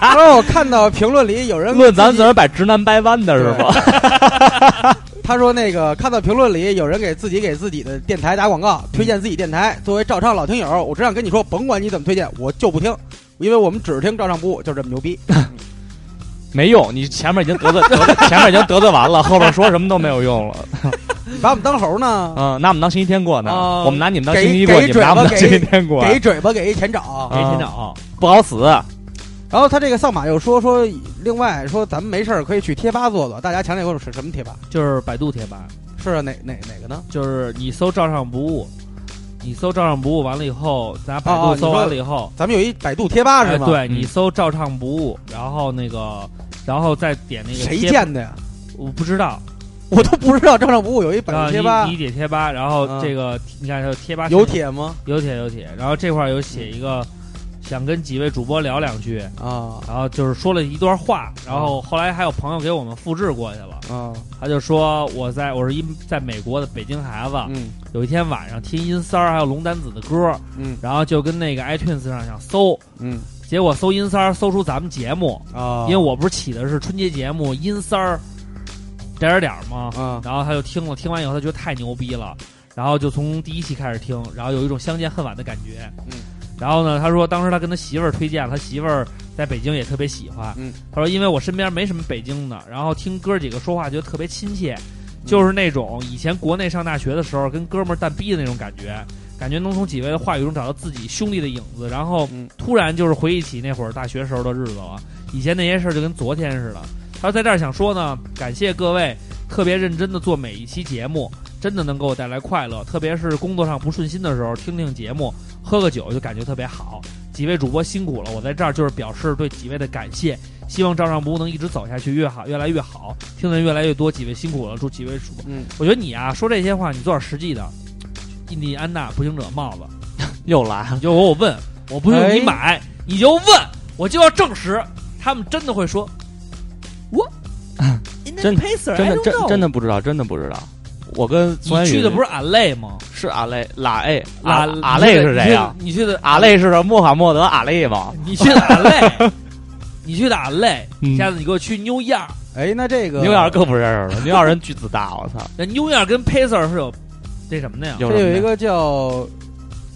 S6: 他说：“我看到评论里 有人
S5: 论咱
S6: 嗯自己
S5: 怎么把直男掰弯的是吧？
S6: 他说那个看到评论里有人给自己给自己的电台打广告，推荐自己电台。作为照唱老听友，我只想跟你说，甭管你怎么推荐，我就不听，因为我们只听照唱不误，就这么牛逼。
S5: 没用，你前面已经得罪得罪，前面已经得罪完了，后边说什么都没有用了。
S6: 你把我们当猴呢？
S5: 嗯，拿我们当星期天过呢，
S6: 啊
S5: 我们拿你们当
S6: 给
S5: 星期一过，
S6: 给
S5: 你们拿我们当
S6: 准
S5: 星
S6: 吧
S5: 期天
S7: 啊
S5: 过，啊嗯
S6: 给嘴巴，给一前掌。
S4: 没听
S6: 啊
S4: 着。
S5: 不好死。
S6: 哎然后他这个上马又说说，另外说咱们没事儿可以去贴吧坐坐。大家强烈关注是什么贴吧？
S4: 就是百度贴吧，
S6: 是啊，哪哪哪个呢？
S4: 就是你搜“照上不误”，你搜“照上不误”完了以后，咱百
S6: 哦哦
S4: 度
S6: 你
S4: 搜
S6: 说
S4: 完了以后，
S6: 咱们有一百度贴吧
S4: 哎，
S6: 是吗？，
S4: 对
S5: 嗯
S4: 你搜“照唱不误”，然后那个，然后再点那个
S6: 谁
S4: 贴吧？
S6: 建的呀？
S4: 我不知道。
S6: 我都不知道照唱不误有一百
S4: 然后
S6: 度
S4: 你
S6: 贴吧
S4: 啊你，点贴吧，然后
S6: 嗯
S4: 这个你看还有贴吧
S6: 有帖吗？
S4: 有帖有帖，然后这块儿有写一个想跟几位主播聊两句，
S6: 啊
S4: 然后就是说了一段话，然后后来还有朋友给我们复制过去了，
S6: 啊
S4: 他就说我在我是一在美国的北京孩子，
S6: 嗯
S4: 有一天晚上听音三儿还有龙丹子的歌，
S6: 嗯
S4: 然后就跟那个 iTunes 上想搜，
S6: 嗯
S4: 结果搜音三儿搜出咱们节目，
S6: 啊
S4: 因为我不是起的是春节节目音三儿点儿点儿点儿吗？
S6: 啊
S4: 然后他就听了，听完以后他觉得太牛逼了，然后就从第一期开始听，然后有一种相见恨晚的感觉。
S6: 嗯。
S4: 然后呢，他说当时他跟他媳妇儿推荐，他媳妇儿在北京也特别喜欢。
S6: 嗯。
S4: 他说因为我身边没什么北京的，然后听哥几个说话觉得特别亲切，
S6: 嗯
S4: 就是那种以前国内上大学的时候跟哥们儿蛋逼的那种感觉。感觉能从几位的话语中找到自己兄弟的影子，然后
S6: 嗯
S4: 突然就是回忆起那会儿大学时候的日子了。以前那些事儿就跟昨天似的。他说在这儿想说呢，感谢各位特别认真的做每一期节目，真的能给我带来快乐，特别是工作上不顺心的时候，听听节目，喝个酒就感觉特别好。几位主播辛苦了，我在这儿就是表示对几位的感谢，希望照常不误能一直走下去，越好越来越好，听的人越来越多，几位辛苦了，祝几位主播。
S6: 嗯，
S4: 我觉得你啊说这些话，你做点实际的。印第安纳步行者帽子，
S5: 又来了，
S4: 你就给我问，我不用
S6: 哎
S4: 你买，你就问，我就要证实，他们真的会说，我 in the
S5: 真
S4: pacer，
S5: 真的真真
S4: 的，
S5: 的不知道，真的不知道。我跟
S4: 你
S5: 孙
S4: 去的
S5: 宇
S4: 不是俺累吗？
S5: 是阿累拉 A
S7: 啊
S4: 拉
S5: 阿累是谁呀？
S4: 啊你去的
S5: 阿累是穆罕默德阿累吗？
S4: 你去的俺累，你去的俺累，
S5: 嗯
S4: 下次你给我去 New York，
S6: 哎，那这个
S5: 牛眼更不认 识了，牛眼人巨自大，我操！
S4: 那 New York 跟 pacer 是有这什么的呀？
S5: 有
S6: 这有一
S5: 什么呀
S6: 个叫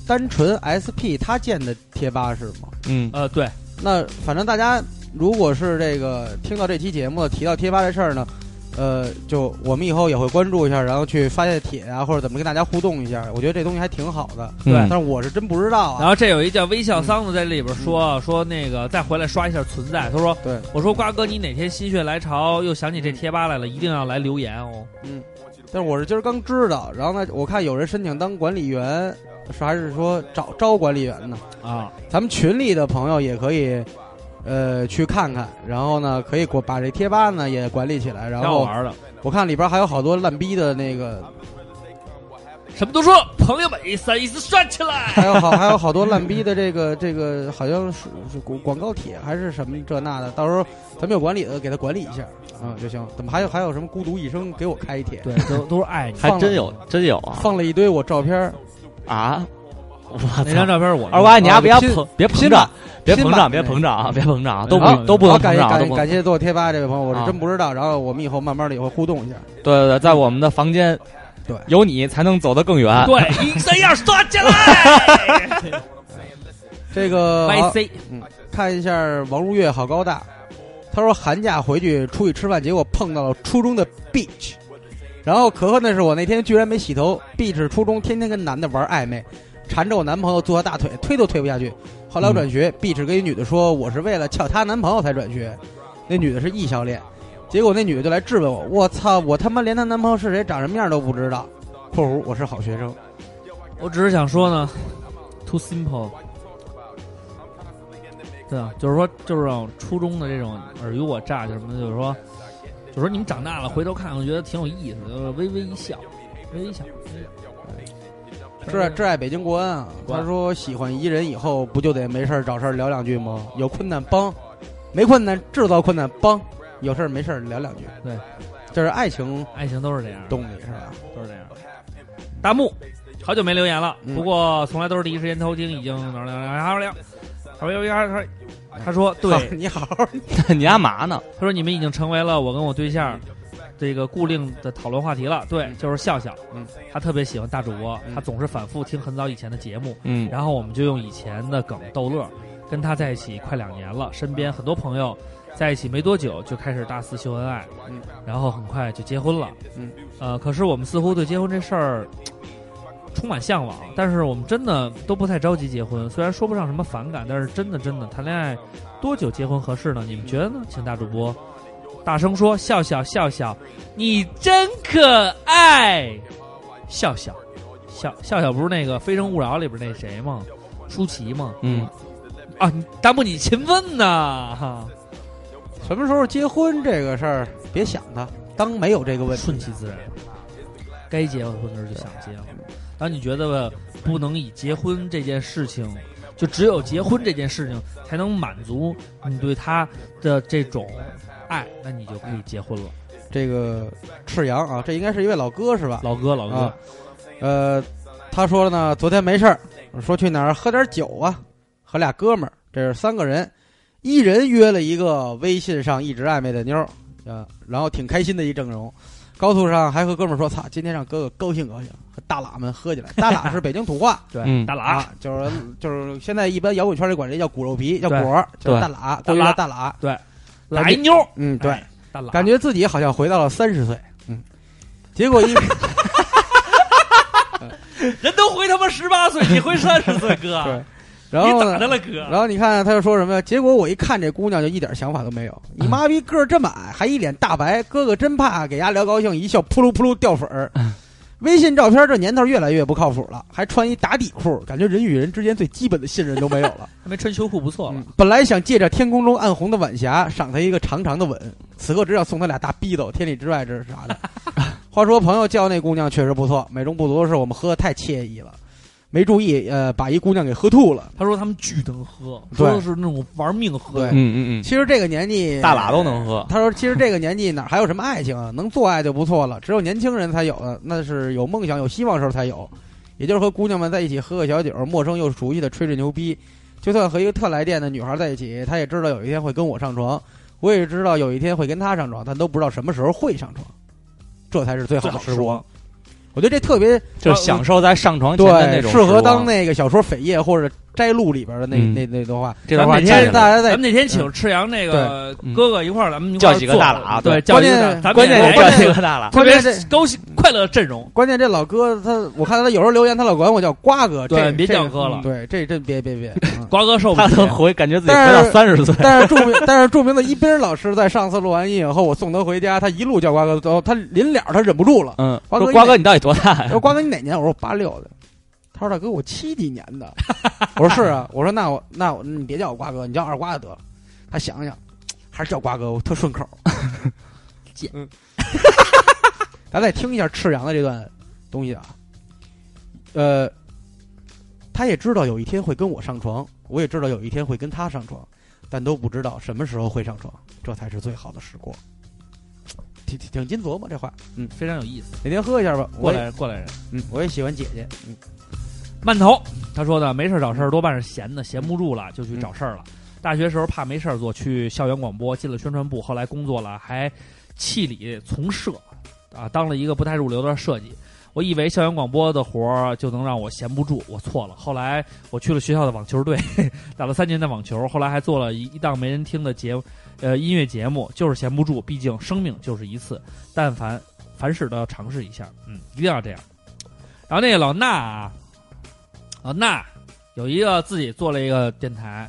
S6: 单纯 SP 他建的贴吧是吗？
S5: 嗯
S4: 呃，对，
S6: 那反正大家如果是这个听到这期节目提到贴吧这事儿呢，呃，就我们以后也会关注一下，然后去发些帖啊，或者怎么跟大家互动一下。我觉得这东西还挺好的，
S5: 对
S6: 但是我是真不知道
S4: 然
S6: 啊。
S4: 后这有一叫微笑桑子在里边说说那个再回来刷一下存在，他说
S6: 对，
S4: 我说瓜哥你哪天心血来潮又想起这贴吧来了，一定要来留言哦。
S6: 但是我是今儿刚知道，然后呢，我看有人申请当管理员，是还是说找招管理员呢？
S4: 啊，
S6: 咱们群里的朋友也可以，呃，去看看，然后呢，可以管把这贴吧呢也管理起来，然
S4: 挺好
S6: 后
S4: 玩的，
S6: 我看里边还有好多烂逼的那个
S4: 什么都说，朋友们一三一四刷起来。
S6: 还有好 还有好多烂逼的这个这个好像是是广广告帖还是什么这那的，到时候咱们有管理的给他管理一下啊、就行。怎么还有还有什么孤独一生给我开一帖，
S4: 对，都都是爱你。
S5: 还哎真有真有啊
S6: 放了一堆我照片儿，
S5: 啊！我操！
S4: 那张照片我
S5: 二瓜，你还别
S6: 拼
S5: 膨别膨胀，别膨胀，别膨胀啊！别膨胀啊！都不都不能
S6: 好感
S5: 膨
S6: 谢
S5: 胀啊，
S6: 感
S5: 都
S6: 谢
S5: 不能。
S6: 感谢做贴吧这位朋友，我是
S5: 啊
S6: 真不知道。然后我们以后慢慢的也会互动一下。
S5: 对对对，在我们的房间，
S6: 对
S5: 有你才能走得更远。
S4: 对一三一二刷起来。
S6: 这个好
S4: YC
S6: 看一下王如月好高大，他说寒假回去出去吃饭，结果碰到了初中的 Beach，然后可恨的是我那天居然没洗头。Beach 初中天天跟男的玩暧昧，缠着我男朋友坐他大腿，推都推不下去。后来我转学、b e a c h 跟一女的说我是为了撬她男朋友才转学，那女的是异校恋，结果那女的就来质问我，我操，我他妈连她男朋友是谁长什么样都不知道。（括弧我是好学生
S4: 我只是想说呢，too simple。对啊，就是说，就是这种初中的这种尔虞我诈，就是什么的，就是说，就是说你们长大了回头看，我觉得挺有意思的，就是微微一笑，微微一笑。
S6: 挚爱挚爱北京国安啊，他说喜欢一人以后不就得没事儿找事儿聊两句吗？
S4: 嗯
S6: 有困难帮，没困难制造困难帮，有事儿没事儿聊两句。
S4: 对，
S6: 这是爱情
S4: 爱情都是这样，
S6: 动力是吧？
S4: 都是这样。大木，好久没留言了，
S6: 嗯
S4: 不过从来都是第一时间偷听，已经哪儿哪儿哪儿哪儿哪儿哪儿哪儿哪儿他说
S6: 好
S4: 对，
S6: 你好好
S5: 你干嘛呢？
S4: 他说你们已经成为了我跟我对象这个固定的讨论话题了。对，就是笑笑，
S6: 嗯，
S4: 他特别喜欢大主播，
S6: 嗯
S4: 他总是反复听很早以前的节目，
S5: 嗯，
S4: 然后我们就用以前的梗逗乐。跟他在一起快两年了，身边很多朋友在一起没多久就开始大肆秀恩爱，
S6: 嗯，
S4: 然后很快就结婚了，
S6: 嗯，
S4: 呃，可是我们似乎对结婚这事儿充满向往，但是我们真的都不太着急结婚，虽然说不上什么反感，但是真的真的谈恋爱多久结婚合适呢？你们觉得呢？请大主播大声说，笑笑笑笑，你真可爱，笑笑笑笑笑不是那个《非诚勿扰》里边那谁吗？舒淇吗？
S5: 嗯，
S4: 啊，你大木你勤奋呐，哈，
S6: 什么时候结婚这个事儿别想它，当没有这个问题。
S4: 顺其自然，该结婚的时候就想结婚。然后你觉得吧，不能以结婚这件事情，就只有结婚这件事情才能满足你对他的这种爱，那你就可以结婚了。
S6: 这个赤阳啊，这应该是一位老哥是吧？
S4: 老哥，老哥，
S6: 啊，呃，他说了呢，昨天没事儿，说去哪儿喝点酒啊，和俩哥们儿，这是三个人，一人约了一个微信上一直暧昧的妞儿，呃，然后挺开心的一阵容。高速上还和哥们儿说：“操，今天让哥哥高兴高兴，和大喇们喝起来。”大喇是北京土话
S4: 对，
S5: 嗯
S4: 大喇、
S6: 啊，就是就是现在一般摇滚圈里管这叫骨肉皮，叫
S4: 对
S6: 果儿，叫
S5: 对
S6: 大喇，过去叫大喇。
S4: 来妞儿，
S6: 嗯，对，
S4: 哎大喇，
S6: 感觉自己好像回到了三十岁。嗯，结果一，
S4: 人都回他妈十八岁，你回三十岁，哥
S6: 对，然后
S4: 你
S6: 呢
S4: 咋的了，哥？
S6: 然后你看他又说什么呀？结果我一看这姑娘就一点想法都没有。你妈逼个儿这么矮，还一脸大白，哥哥真怕给丫聊高兴，一笑扑噜扑噜掉粉儿。微信照片这年头越来越不靠谱了，还穿一打底裤，感觉人与人之间最基本的信任都没有了。
S4: 还没穿秋裤不错了
S6: 嗯。本来想借着天空中暗红的晚霞赏他一个长长的吻，此刻只想送他俩大逼斗，天理之外这是啥的？话说朋友叫那姑娘确实不错，美中不足的是我们喝的太惬意了，没注意呃把一姑娘给喝吐了。
S4: 他说他们巨能喝，
S6: 对
S4: 说的是那种玩命喝
S6: 对。
S5: 嗯嗯
S6: 其实这个年纪
S5: 大喇都能喝。
S6: 他说：“其实这个年纪哪还有什么爱情啊？能做爱就不错了，只有年轻人才有的，那是有梦想、有希望的时候才有。也就是和姑娘们在一起喝个小酒，陌生又熟悉的吹着牛逼。就算和一个特来电的女孩在一起，她也知道有一天会跟我上床，我也知道有一天会跟她上床，但都不知道什么时候会上床。这才是最好的时光。我觉得这特别
S7: 就享受在上床前的那
S6: 对，
S7: 种
S6: 适合
S7: 时光
S6: 当那个小说扉页或者摘录里边的那、
S5: 嗯
S6: 那那段话。
S5: 这段
S4: 咱
S5: 话
S4: 们
S5: 记
S4: 哪
S5: 下
S4: 天
S5: 来
S6: 大家
S4: 咱
S6: 在嗯
S4: 们那天请赤阳那个
S5: 嗯
S4: 哥哥一块儿，咱们一块儿
S7: 叫几个
S4: 坐
S7: 大
S4: 着
S7: 喇
S4: 对，
S7: 对
S4: 叫几个大咱
S6: 关键
S4: 们
S5: 关键
S4: 也
S5: 得
S4: 来
S5: 叫
S4: 一
S6: 关键
S5: 几
S4: 个
S5: 个大喇。
S4: 特别
S6: 关键这
S4: 高兴快乐阵容。
S6: 关键这老哥他，我看他有时候留言，他老管我叫瓜哥，
S4: 对
S6: 这
S4: 别
S6: 这
S4: 叫哥了
S6: 嗯对，这真别别 别。嗯
S4: 瓜哥受不
S7: 他能
S4: 了，
S7: 回，感觉自己回到三十岁。
S6: 但是著名，但是著名的一斌老师在上次录完音以后，我送他回家，他一路叫瓜哥，然后他临了他忍不住了，
S7: 嗯，
S6: 瓜
S7: 说
S6: 哥
S7: 瓜哥，你到底多大
S6: 我
S7: 呀？
S6: 说瓜哥你哪年？我说我八六的。他说大哥我七几年的，我说是啊，我说那我那我你别叫我瓜哥，你叫二瓜就得了。他想想，还是叫瓜哥，我特顺口。
S4: 贱
S6: 嗯， 咱再听一下赤阳的这段东西啊，呃，他也知道有一天会跟我上床，我也知道有一天会跟他上床，但都不知道什么时候会上床，这才是最好的时光。挺挺挺金琢磨这话，
S4: 非常有意思。
S6: 哪天喝一下吧。
S4: 过
S6: 我
S4: 来
S6: 也
S4: 人，过来人。
S6: 嗯，我也喜欢姐姐，嗯。
S4: 慢头他说呢，没事儿找事儿多半是闲的，闲不住了就去找事儿了。大学时候怕没事儿做，去校园广播，进了宣传部，后来工作了，还气里从社啊，当了一个不太入流的设计。我以为校园广播的活儿就能让我闲不住，我错了。后来我去了学校的网球队，打了三年的网球，后来还做了一一档没人听的节目，呃，音乐节目，就是闲不住，毕竟生命就是一次，但凡凡事都要尝试一下，嗯，一定要这样。然后那个老衲啊，老衲有一个自己做了一个电台，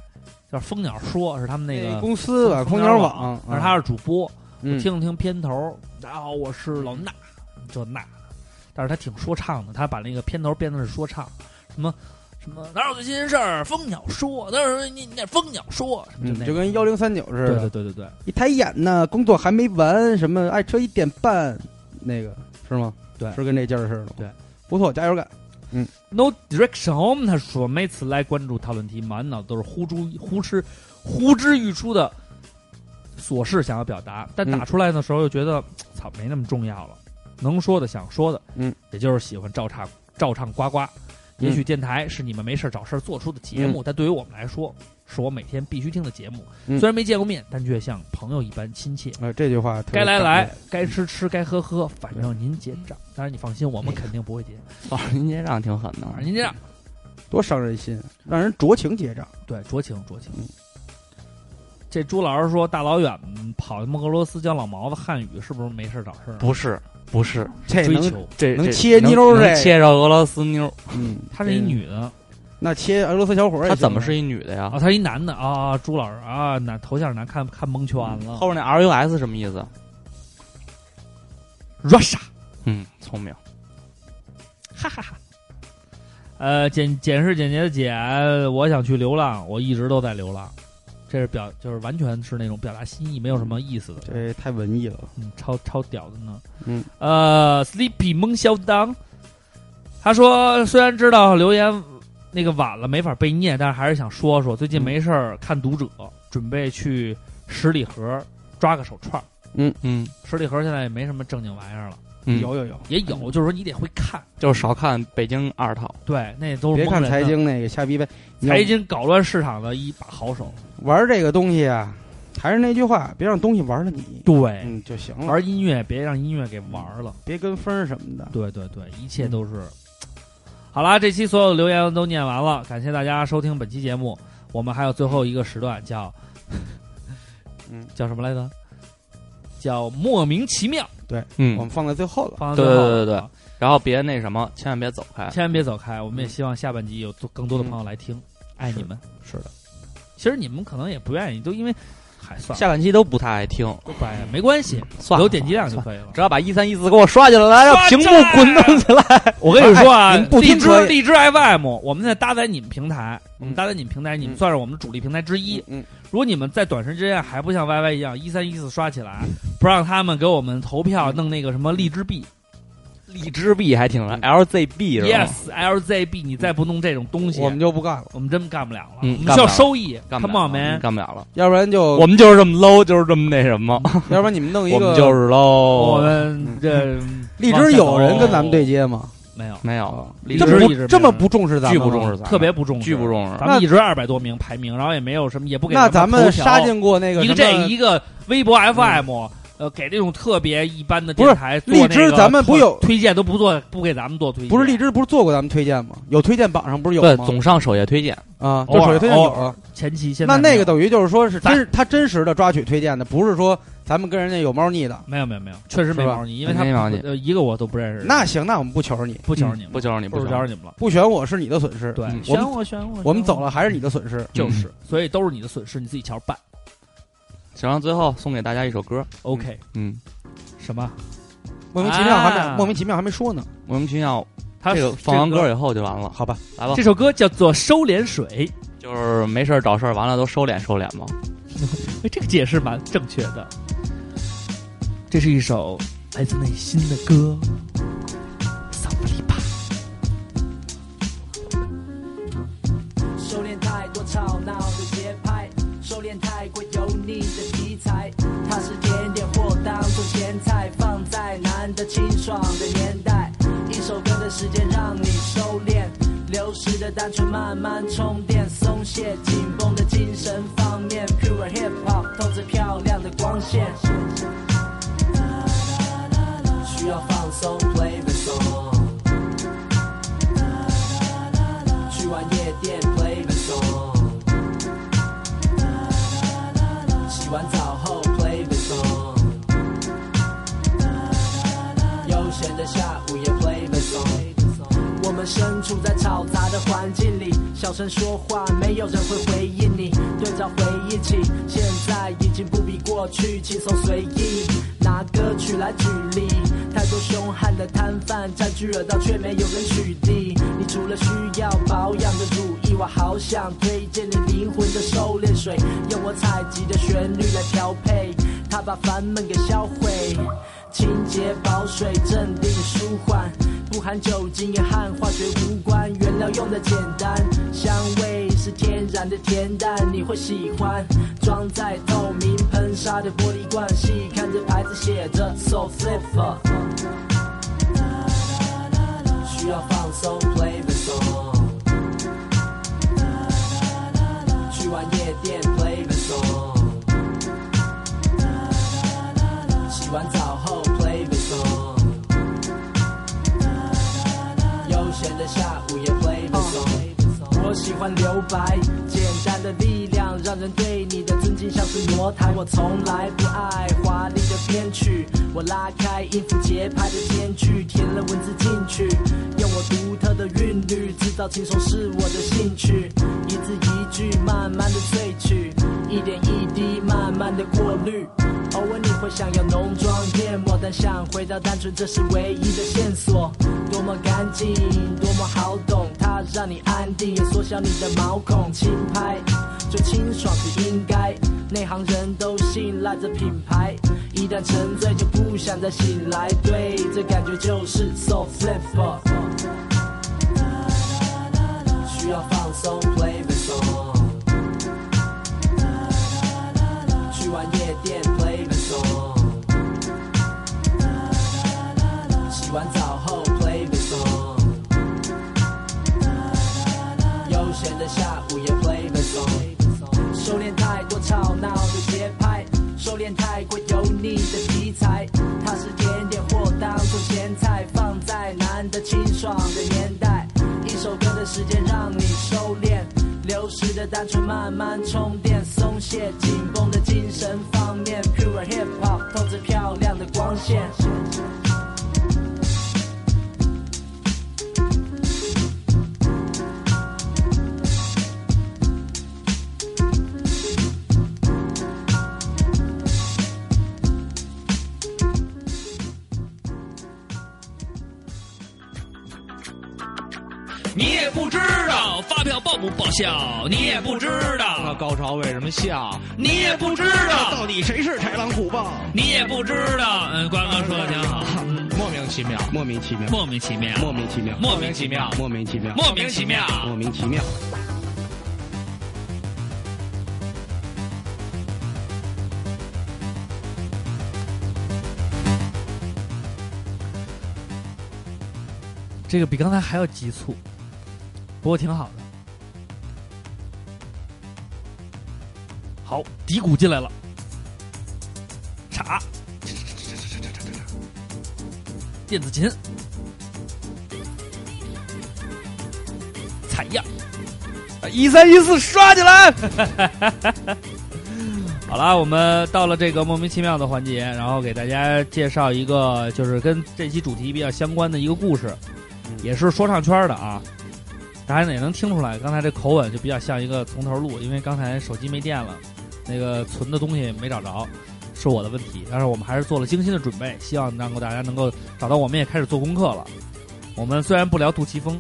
S4: 叫蜂鸟说，是他们那个
S6: 公司
S4: 蜂
S6: 吧，啊空
S4: 鸟
S6: 调
S4: 网啊
S6: 网，，啊
S4: 而他是主播。
S6: 嗯
S4: 听了听片头，大家好，我是老衲，就那，但是他挺说唱的，他把那个片头变成是说唱，什么什么哪有最新鲜事儿，蜂鸟说，哪有你你那蜂鸟说，什么
S6: 嗯
S4: 就那
S6: 就
S4: 个。
S6: 跟幺零三九似
S4: 对对
S6: 的，
S4: 对对对
S6: 一抬眼呢，工作还没完，什么爱车一点半，那个是吗？
S4: 对
S6: 是跟这劲儿似的吗。
S4: 对，
S6: 不错，加油干！
S4: ，No direction home，他说每次来关注讨论题，满脑子都是呼之呼之呼之欲出的琐事想要表达，但
S6: 嗯
S4: 打出来的时候又觉得，操、没那么重要了，能说的想说的，
S6: 嗯，
S4: 也就是喜欢照唱照唱呱呱。也许电台是你们没事儿找事儿做出的节目，但对于我们来说，是我每天必须听的节目。
S6: 嗯
S4: 虽然没见过面，但却像朋友一般亲切。
S6: 啊，这句话特
S4: 该
S6: 别
S4: 来
S6: 感
S4: 来
S6: 人，，
S4: 该吃吃，该喝喝，反正您结账。当然你放心，我
S6: 嗯
S4: 们肯定不会结。
S7: 老师哦您这让挺狠的
S4: 反正您这样，
S6: 多伤人心，让人酌情结账。
S4: 对，酌情酌情
S6: 嗯。
S4: 这朱老师说，大老远跑他妈俄罗斯教老毛子汉语，是不是没事儿找事儿啊？
S5: 不是不是，
S6: 这
S4: 追
S6: 能，
S4: 求，
S7: 这
S6: 能
S7: 这
S6: 切妞儿
S7: 能
S6: 这
S7: 能切着俄罗斯妞儿，
S6: 嗯，
S4: 她是一，女的啊、
S6: 那切俄罗斯小伙儿也行啊
S7: 她怎么是一女的呀？
S4: 她是一男的啊、朱老师啊，男头像难看，看蒙圈了。
S7: 嗯后面那 R U S 什么意思？
S4: Russia，
S7: 嗯，聪明。
S4: 哈哈哈。呃，简简是简洁的简，我想去流浪，我一直都在流浪。这是表，就是完全是那种表达心意，没有什么意思的。
S6: 这太文艺了，
S4: 嗯，超超屌的呢。
S6: 嗯，
S4: 呃，Sleepy 蒙肖当，他说虽然知道留言那个晚了没法被念，但是还是想说说，最近没事儿看读者，准备去十里河抓个手串儿。
S7: 嗯
S4: 十里河现在也没什么正经玩意儿了，
S7: 嗯，
S6: 有有有，
S4: 也有，就是说你得会看。
S7: 就是少看北京二套。
S4: 对，那都是
S6: 别
S4: 蒙
S6: 看
S4: 人的
S6: 财，经嗯那个瞎逼掰，你要
S4: 财经搞乱市场的一把好手。
S6: 玩这个东西啊，还是那句话，别让东西玩了你，
S4: 对，
S6: 嗯就行了，
S4: 玩音乐别让音乐给玩了。
S6: 别跟风儿什么的。
S4: 对对对，一切都是。好啦，这期所有的留言都念完了，感谢大家收听本期节目。我们还有最后一个时段叫，
S6: 嗯，
S4: 叫什么来着？叫莫名其妙。
S6: 我
S7: 嗯
S6: 们，放在最后了。
S4: 放到最后
S7: 对对对对
S4: 啊
S7: 然后别那什么，千万别走开。
S4: 千万别走开。我们也希望下半集有嗯多更多的朋友来听，爱你们。是的，其实你们可能也不愿意，都因为还算
S7: 下半期都不太爱听，
S4: 了吧，没关系，
S7: 算了
S4: 有点击量就可以嗯了。
S7: 只要把一三一四给我刷起来，让
S4: 刷起
S7: 屏
S4: 来
S7: 幕滚动起来。
S4: 我跟你说啊，
S6: 哎您不
S4: 荔
S6: 听可
S4: 枝
S6: 以
S4: 荔枝 FM，我们现在搭载你们平台，我们
S6: 嗯
S4: 搭载你们平台，你们
S6: 嗯
S4: 算是我们的主力平台之一。
S6: 嗯，
S4: 如果你们在短时间还不像 YY 一样一三一四刷起来，不让他们给我们投票弄那个什么荔枝币
S7: 嗯荔枝币还挺了，LZB 是吧
S4: ，Yes LZB，你再不弄这种东西，
S6: 我们就不干了，
S4: 我们真干不了了。
S7: 嗯
S4: 我们
S7: 干
S4: 需
S7: 不
S4: 要
S7: 了
S4: 收益
S7: 干不
S4: ，Come
S7: 了
S4: on
S7: 了
S4: man，
S7: 干不了了。
S6: 要不然就
S7: 我们就是这么 low，就是这么那什么，哦
S6: 要不然你们弄一
S7: 我
S6: 个
S7: 们就是
S4: 我
S7: low。
S4: 们这
S6: 荔枝有人跟咱们对接吗？
S4: 没有，
S7: 没有，荔
S6: 这
S7: 枝
S6: 么
S4: 一直没有
S6: 不这么不重视咱们
S7: 巨
S6: 吗，
S7: 不重视咱们，
S4: 特别不重视，
S7: 巨不重视。
S4: 咱们一直二百多名排名，然后也没有什么，也不给
S6: 那
S4: 咱
S6: 咱们
S4: 头条
S6: 杀进过那个
S4: 一个
S6: 什
S4: 这
S6: 么嗯
S4: 一个微博 FM，、呃，给这种特别一般的电台做
S6: 不是
S4: 那个
S6: 荔枝咱们不有
S4: 推荐都不做，不给咱们做推荐，
S6: 不是荔枝不是做过咱们推荐吗？有推荐榜上不是有
S7: 对，
S6: 吗？
S7: 总上首页推荐，
S6: 啊，
S4: 偶
S6: 就
S4: 尔
S6: 首页推荐有啊。
S4: 前期现在
S6: 那
S4: 没
S6: 那
S4: 有
S6: 个等于就是说是
S4: 咱
S6: 真是他真实的抓取推荐的，不是说咱们跟人家有猫腻的。
S4: 没有没有没有，确实没
S6: 是吧
S4: 毛你，因为他
S7: 没毛你
S4: 呃一个我都不认识，
S6: 那行，那我们不求你，
S4: 不求你们，
S7: 不求你，
S4: 不
S7: 不求
S4: 求你们了，
S6: 不选我是你的损失。
S4: 对，嗯
S7: 嗯
S6: 我
S4: 选
S6: 们
S4: 我选我，
S6: 我们
S4: 选
S6: 走了还是你嗯的损失。
S4: 就是，所以都是你的损失，你自己瞧着办。
S7: 行，最后送给大家一首歌，
S4: OK，
S7: 嗯，
S4: 什么？
S6: 莫名其妙还
S4: 啊
S6: 没莫名其妙还没说呢，
S7: 莫名其妙，
S4: 他
S7: 这个放完歌以后就完了，
S6: 好吧？
S7: 来吧
S4: 这，首歌叫做《收敛水
S7: 就是没事儿找事儿，完了都收敛收敛吧。》，
S4: 哎这个解释蛮正确的。这是一首来自内心的歌，萨布里巴。
S8: 收敛太多吵闹的节拍，收敛太过油腻的题材。它是甜点或当做前菜，放在难得清爽的年代。一首歌的时间让你收敛，流失的单纯慢慢充电，松懈紧绷的精神方面，pure hip hop 透着漂亮的光线。需要放松，play the song。去完夜店 play the song，洗完澡后 play the song，悠闲的下午也 play the song。我们身处在嘈杂的环境里，小声说话，没有人会回应你。对照回忆起，现在已经不比过去轻松随意。拿歌曲来举例，太多凶悍的摊贩占据了道，却没有人取缔。你除了需要保养的乳液，我好想推荐你灵魂的收敛水，用我采集的旋律来调配，它把烦闷给销毁。清洁、保水、镇定、舒缓，不含酒精也和化学无关，原料用的简单，香味是天然的恬淡，你会喜欢。装在透明喷砂的玻璃罐，细看这牌子写着 So Flipper，需要放松，Play the song，去完夜店，Play the song。洗完澡后 play the song，悠闲的下午也 play the song。我喜欢留白，简单的力量让人对你的尊敬像是魔台。我从来不爱华丽的编曲，我拉开音符节拍的间距，填了文字进去，用我独特的韵律制造轻松是我的兴趣。一字一句慢慢的萃取，一点一滴慢慢的过滤。偶尔你会想要浓妆艳抹，但想回到单纯，这是唯一的线索。多么干净，多么好懂，它让你安定，也缩小你的毛孔。轻拍就清爽是应该，内行人都信赖这品牌。一旦沉醉就不想再醒来，对，这感觉就是哦 so flipper。需要放松，play the song。去完夜店 play the song，洗完澡后 play the song，悠闲的下午也 play the song，收敛太多吵闹的节拍，收敛太过油腻的题材，它是甜点或当做前菜，放在难得清爽的年代，一首歌的时间让你收敛。流失的单纯慢慢充电，松懈紧绷的精神方面，pure hip hop 透着漂亮的光线。
S3: Thank
S9: 你也不知道发票报不报销，你也不知
S7: 那
S9: 道，
S7: 高潮为什么笑？
S9: 你也不知道，
S7: 底谁是豺狼虎豹？
S9: 你也不知道。嗯，瓜哥说的挺好，嗯
S7: 莫名其妙，
S10: 莫名其妙，
S9: 莫名其妙，
S10: 莫名其妙，
S9: 莫名其妙，
S10: 莫名其妙，
S9: 莫名其妙。
S10: 莫名其妙。
S4: 这个比刚才还要急促，不过挺好的。好，底鼓进来了，镲，电子琴，采样，
S7: 一三一四刷起来！
S4: 好啦，我们到了这个莫名其妙的环节，然后给大家介绍一个就是跟这期主题比较相关的一个故事，也是说唱圈的啊。大家也能听出来，刚才这口吻就比较像一个从头录，因为刚才手机没电了，那个存的东西没找着，是我的问题。但是我们还是做了精心的准备，希望能够大家能够找到。我们也开始做功课了。我们虽然不聊杜琪峰，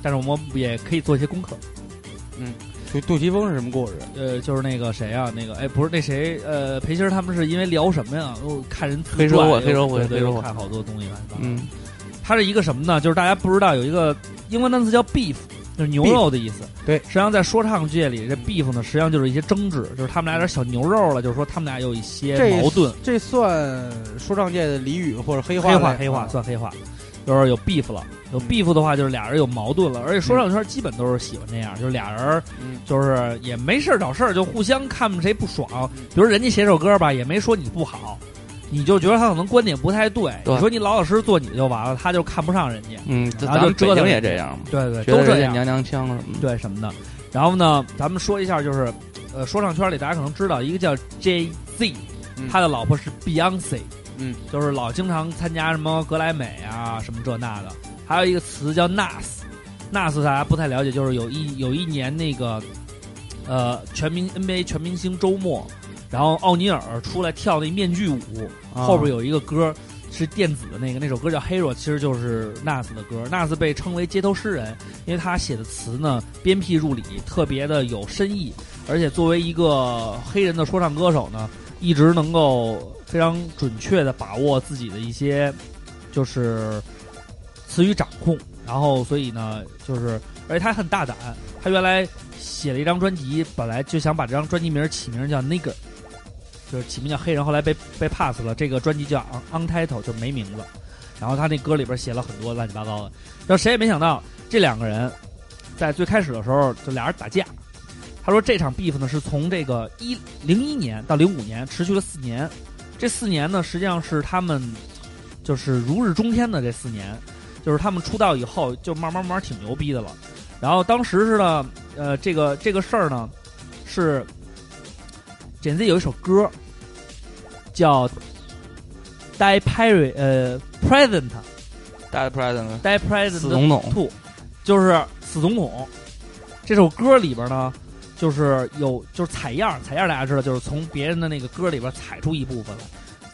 S4: 但是我们也可以做一些功课。
S6: 杜杜琪峰是什么故事？
S4: 呃，就是那个谁啊，那个哎，不是那谁，呃，裴鑫儿他们是因为聊什么呀？我看人自
S5: 黑社会
S4: 传
S5: 黑社会黑
S4: 对对
S5: 社
S4: 又
S5: 会
S4: 看好多东西乱七八糟。
S5: 嗯，
S4: 它是一个什么呢？就是大家不知道有一个英文单词叫 beef，就是牛肉的意思。
S6: 对
S4: 实际上在说唱界里，这 beef 呢，实际上就是一些争执，就是他们俩有点小牛肉了，就是说他们俩有一些
S6: 这
S4: 矛盾。
S6: 这算说唱界的俚语或者黑话？啊
S4: 黑化黑化算黑化，就是有 beef 了。有
S6: 嗯
S4: beef 的话，就是俩人有矛盾了，而且说唱圈基本都是喜欢这样，就是俩人
S6: 嗯
S4: 就是也没事儿找事儿，就互相看谁不爽
S6: 嗯。
S4: 比如人家写首歌吧，也没说你不好，你就觉得他可能观点不太对。
S5: 对
S4: 你说你老老实实做你的就完了，他就看不上人家。
S7: 嗯，
S4: 然
S7: 咱
S4: 后就
S7: 们
S4: 折
S7: 北
S4: 腾
S7: 京
S4: 一
S7: 也
S4: 下
S7: 这样嘛，
S4: 对对，
S7: 觉
S4: 都
S7: 得
S4: 这
S7: 人家
S4: 样。
S7: 娘娘腔什么的。
S4: 对什么的。然后呢，咱们说一下，就是呃，说唱圈里大家可能知道一个叫 J Z，、
S6: 嗯
S4: 他的老婆是 Beyonce，
S6: 嗯，
S4: 就是老经常参加什么格莱美啊什么这那的。还有一个词叫 Nas，Nas 大家不太了解，就是有一有一年那个呃全明 NBA 全明星周末，然后奥尼尔出来跳那面具舞，
S6: 啊
S4: 后边有一个歌是电子的那个，那首歌叫《Hero》，其实就是 Nas 的歌。Nas 被称为街头诗人，因为他写的词呢鞭辟入里，特别的有深意，而且作为一个黑人的说唱歌手呢，一直能够非常准确的把握自己的一些就是词语掌控，然后所以呢，就是而且他很大胆，他原来写了一张专辑，本来就想把这张专辑名起名叫 Nigger。就是起名叫黑人，后来被被 pass 了。这个专辑叫 Un Untitled，就没名字。然后他那歌里边写了很多乱七八糟的，然后谁也没想到这两个人在最开始的时候就俩人打架。他说这场 beef 呢是从这个一零一年到零五年持续了四年，这四年呢实际上是他们就是如日中天的这四年，就是他们出道以后就慢慢慢慢挺牛逼的了。然后当时是呢，呃，这个这个事儿呢是 j a 有一首歌叫《Die Perry》呃 Present
S7: 大 present
S4: Die Present
S7: 死总统
S4: Two，就是死总统。这首歌里边呢，就是有就是采样，采样大家知道，就是从别人的那个歌里边采出一部分来，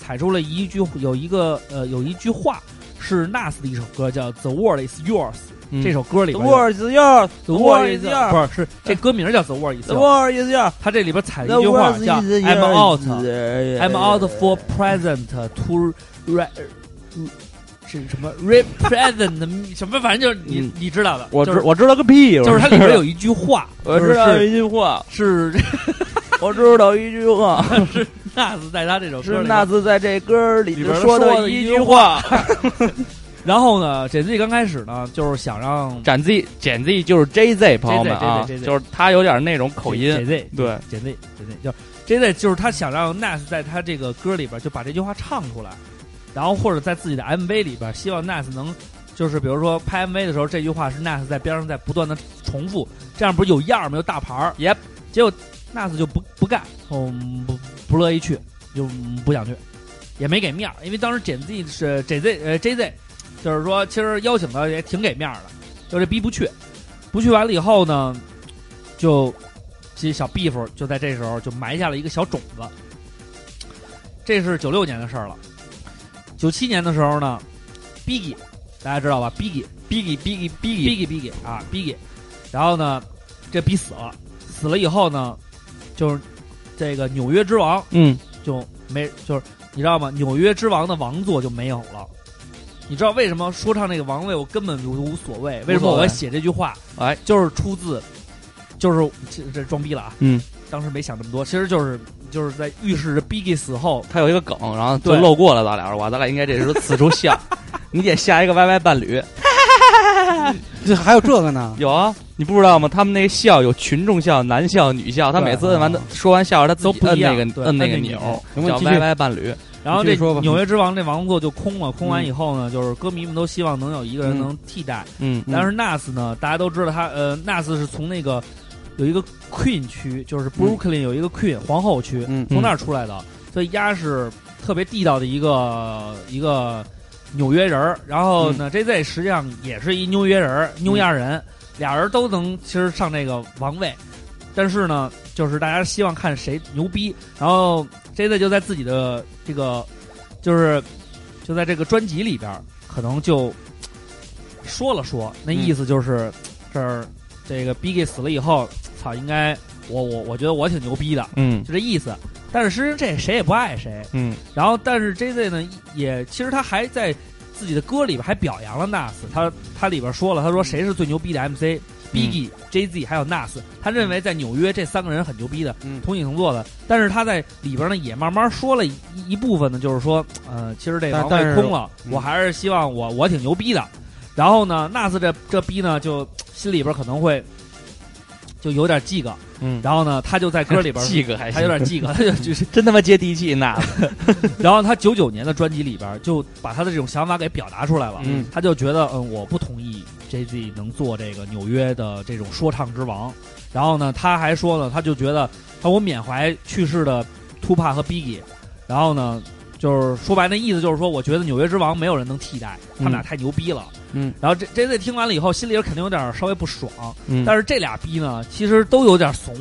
S4: 采出了一句有一个呃有一句话是 Nas 的一首歌叫《The World Is Yours》。
S7: 嗯
S4: 这首歌里边有
S6: is yours,
S4: The World Is Yours，不是是这歌名叫 The World Is Yours，
S6: world is yours,
S4: 他这里边采了一句话叫 I'm
S6: 哎
S4: out。I'm
S7: 哎
S4: out for present to re 是什么 represent 什么，反正就是你
S7: 嗯
S4: 你知道的，
S7: 我
S4: 就
S7: 知
S4: 是
S7: 我知道个屁，
S4: 就是它里边有一句话，
S7: 我
S4: 就是
S7: 知道一句话，
S4: 是
S7: 我知道一句 话，
S4: 纳斯在他这首歌
S7: 是
S4: 里
S7: 纳
S4: 边。
S7: 兹在这歌里
S4: 里边
S7: 说
S4: 说的
S7: 一
S4: 一
S7: 句
S4: 句
S7: 话。
S4: 然后呢，简 Z 刚开始呢，就是想让
S7: 展 Z 简 Z 就是 JZ 朋友们啊，
S4: JZ
S7: 就是他有点那种口音，
S4: 简 Z
S7: 对，
S4: 简 Z 简 Z 就是 J Z 就是他想让 Nas 在他这个歌里边就把这句话唱出来，然后或者在自己的 MV 里边，希望 Nas 能就是比如说拍 MV 的时候，这句话是 Nas 在边上在不断的重复，这样不是有样儿吗？有大牌儿。
S7: Yep
S4: 结果 Nas 就不不干，嗯，不不乐意去，就嗯不想去，也没给面儿，因为当时简 Z 是 J Z 呃 J Z，就是说其实邀请的也挺给面儿的，就这逼不去，不去完了以后呢，就这小 beef 就在这时候就埋下了一个小种子。这是九六年的事儿了。九七年的时候呢，Biggie，大家知道吧？Biggie
S7: ，Biggie Biggie Biggie，
S4: 逼给逼给啊逼给，然后呢，这逼死了，死了以后呢，就是这个纽约之王
S7: 嗯，
S4: 就没就是你知道吗？纽约之王的王座就没有了。你知道为什么说唱这个王位我根本就无所谓？为什么我要写这句话？
S7: 哎，
S4: 就是出自，就是这这装逼了啊！
S7: 嗯，
S4: 当时没想这么多，其实就是就是在预示着 Biggie 死后，
S7: 他有一个梗，然后就
S4: 对
S7: 漏过了咱俩是吧？咱俩应该这时候此处 笑，你得下一个 YY 伴侣。
S6: 这还有这个 呢？
S7: 有啊，你不知道吗？他们那个笑有群众笑、男笑、女笑，他
S6: 对
S7: 每次摁完
S6: 啊
S7: 的说完笑话，他自
S4: 都
S7: 己
S4: 不
S7: 摁
S4: 一样
S7: 那个
S4: 对
S7: 摁那
S4: 摁
S7: 个
S4: 那个
S7: 钮
S4: 钮，
S6: 行吧
S7: 叫
S6: 继续
S7: YY 伴侣。
S4: 然后
S6: 你
S4: 这
S6: 继续说吧
S4: 纽约之王这王座就空了，空完
S6: 嗯
S4: 以后呢，就是歌迷们都希望能有一个人能替代。
S7: 嗯
S4: 但是 Nas 呢，大家都知道他，呃，Nas 是从那个有一个 Queen 区，就是 Brooklyn 有一个 Queen 皇后区，
S6: 嗯
S4: 从那儿出来的，所以丫是特别地道的一个一个纽约人儿。然后
S6: 嗯
S4: 呢，JZ 实际上也是一纽约人儿，纽亚人，俩人都能其实上这个王位，但是呢，就是大家希望看谁牛逼，然后 JZ 就在自己的这个就是就在这个专辑里边儿，可能就说了说，那
S6: 嗯
S4: 意思就是、这儿这个 Biggie 死了以后，操，应该我我我觉得我挺牛逼的，
S7: 嗯
S4: 就这意思。但是实际上这谁也不爱谁，
S7: 嗯
S4: 然后但是 JZ 呢也其实他还在自己的歌里边还表扬了 Nas，他他里边说了，他说谁是最牛逼的 MC。Biggie、JZ
S6: 嗯
S4: 还有 Nas，他认为在纽约这三个人很牛逼的，
S6: 嗯
S4: 同起同坐的。但是他在里边呢也慢慢说了一一部分呢，就是说，呃，其实这
S6: 但
S4: 王
S6: 但是
S4: 位空了，
S6: 嗯
S4: 我还是希望我我挺牛逼的。然后呢，Nas 这这逼呢就心里边可能会就有点记个，
S7: 嗯，
S4: 然后呢他就在歌里边
S7: 记个还
S4: 他有点记个，他就 就是
S7: 真他妈接地气，那
S4: 然后他九九年的专辑里边儿就把他的这种想法给表达出来了，
S7: 嗯
S4: 他就觉得嗯，我不同意 J Z 能做这个纽约的这种说唱之王。然后呢，他还说了，他就觉得他我缅怀去世的 Tupac 和 Biggie，然后呢，就是说白了那意思就是说，我觉得纽约之王没有人能替代，他们俩太牛逼了。
S7: 嗯，
S4: 然后 J J Z 听完了以后，心里边肯定有点儿稍微不爽，
S7: 嗯
S4: 但是这俩逼呢，其实都有点怂，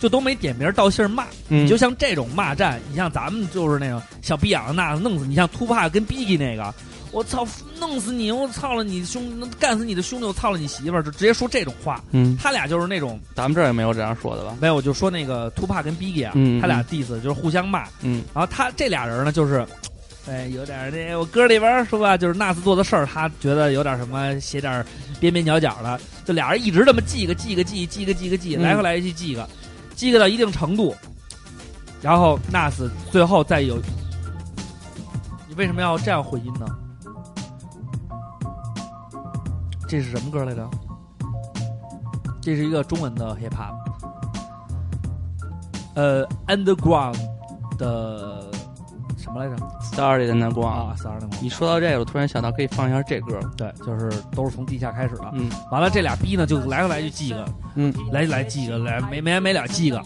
S4: 就都没点名儿道姓儿骂。
S7: 你
S4: 你就像这种骂战，你像咱们就是那种小逼养的那弄死你，像秃帕跟 Biggie 那个，我操，弄死你，我操了你兄，干死你的兄弟，我操了你媳妇儿，就直接说这种话。
S7: 嗯，
S4: 他俩就是那种
S7: 咱们这儿也没有这样说的吧？
S4: 没有，我就说那个秃帕跟 Biggie 啊，
S7: 嗯
S4: 他俩 diss 就是互相骂。
S7: 嗯，
S4: 然后他这俩人呢，就是，哎，有点儿那我歌里边儿说吧，就是纳斯做的事儿，他觉得有点什么写点儿边边角角的，就俩人一直这么记个记个记记个记个记，
S7: 嗯
S4: 来回来去记个，记个到一定程度，然后纳斯最后再有，你为什么要这样回音呢？这是什么歌来着？这是一个中文的 hip hop，呃，underground 的什么来着？
S7: Started in the ground。
S4: 啊，三二零
S7: 你说到这个，我突然想到可以放一下这歌了。
S4: 对，就是都是从地下开始的。
S7: 嗯，
S4: 完了，这俩逼呢就来回来去记个，
S6: 嗯，
S4: 来来记个，来没没完没了记个，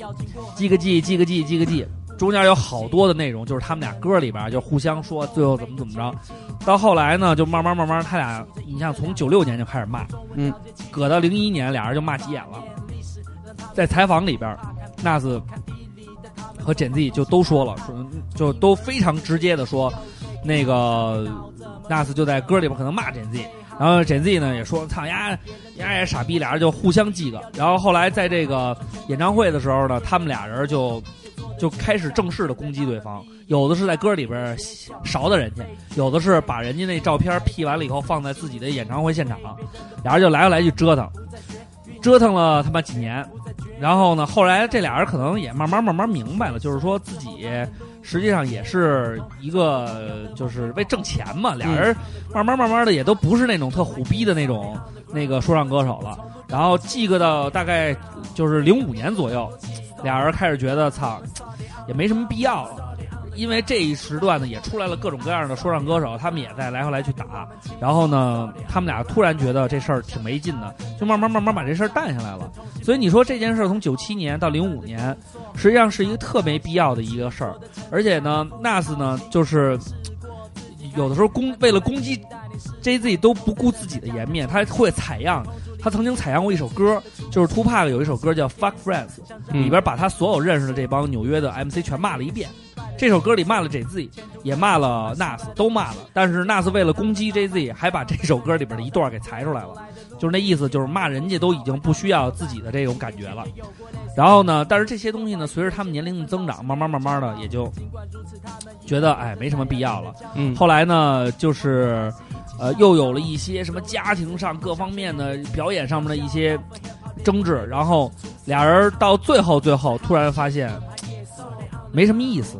S4: 记个记记个记记个记，中间有好多的内容，就是他们俩歌里边就互相说最后怎么怎么着，到后来呢就慢慢慢慢他俩，你像从九六年就开始骂，
S6: 嗯，
S4: 搁到零一年俩人就骂急眼了，在采访里边，纳斯和 j e Z 就都说了，说就都非常直接的说，那个纳斯就在歌里边可能骂 j e Z。然后 j e Z 呢也说操呀呀也傻逼，俩人就互相记个。然后后来在这个演唱会的时候呢，他们俩人就就开始正式的攻击对方，有的是在歌里边勺的人家，有的是把人家那照片 P 完了以后放在自己的演唱会现场，俩人就来回来去折腾，折腾了他妈几年。然后呢，后来这俩人可能也慢慢慢慢明白了，就是说自己实际上也是一个，就是为挣钱嘛。俩人慢慢慢慢的也都不是那种特虎逼的那种那个说唱歌手了。然后记个到大概就是零五年左右，俩人开始觉得操，也没什么必要了。因为这一时段呢，也出来了各种各样的说唱歌手，他们也在来回来去打。然后呢，他们俩突然觉得这事儿挺没劲的，就慢慢慢慢把这事儿淡下来了。所以你说这件事儿从九七年到零五年，实际上是一个特没必要的一个事儿。而且呢，Nas 呢，就是有的时候攻为了攻击 JZ 都不顾自己的颜面，他会采样。他曾经采样过一首歌，就是 Tupac 有一首歌叫《Fuck Friends》，里边把他所有认识的这帮纽约的 MC 全骂了一遍。这首歌里骂了 JZ，也骂了 Nas，都骂了。但是 Nas 为了攻击 JZ，还把这首歌里边的一段给裁出来了，就是那意思，就是骂人家都已经不需要自己的这种感觉了。然后呢，但是这些东西呢，随着他们年龄的增长，慢慢慢慢的也就觉得哎没什么必要了。
S7: 嗯
S4: 后来呢，就是呃，又有了一些什么家庭上各方面的表演上面的一些争执，然后俩人到最后最后突然发现没什么意思，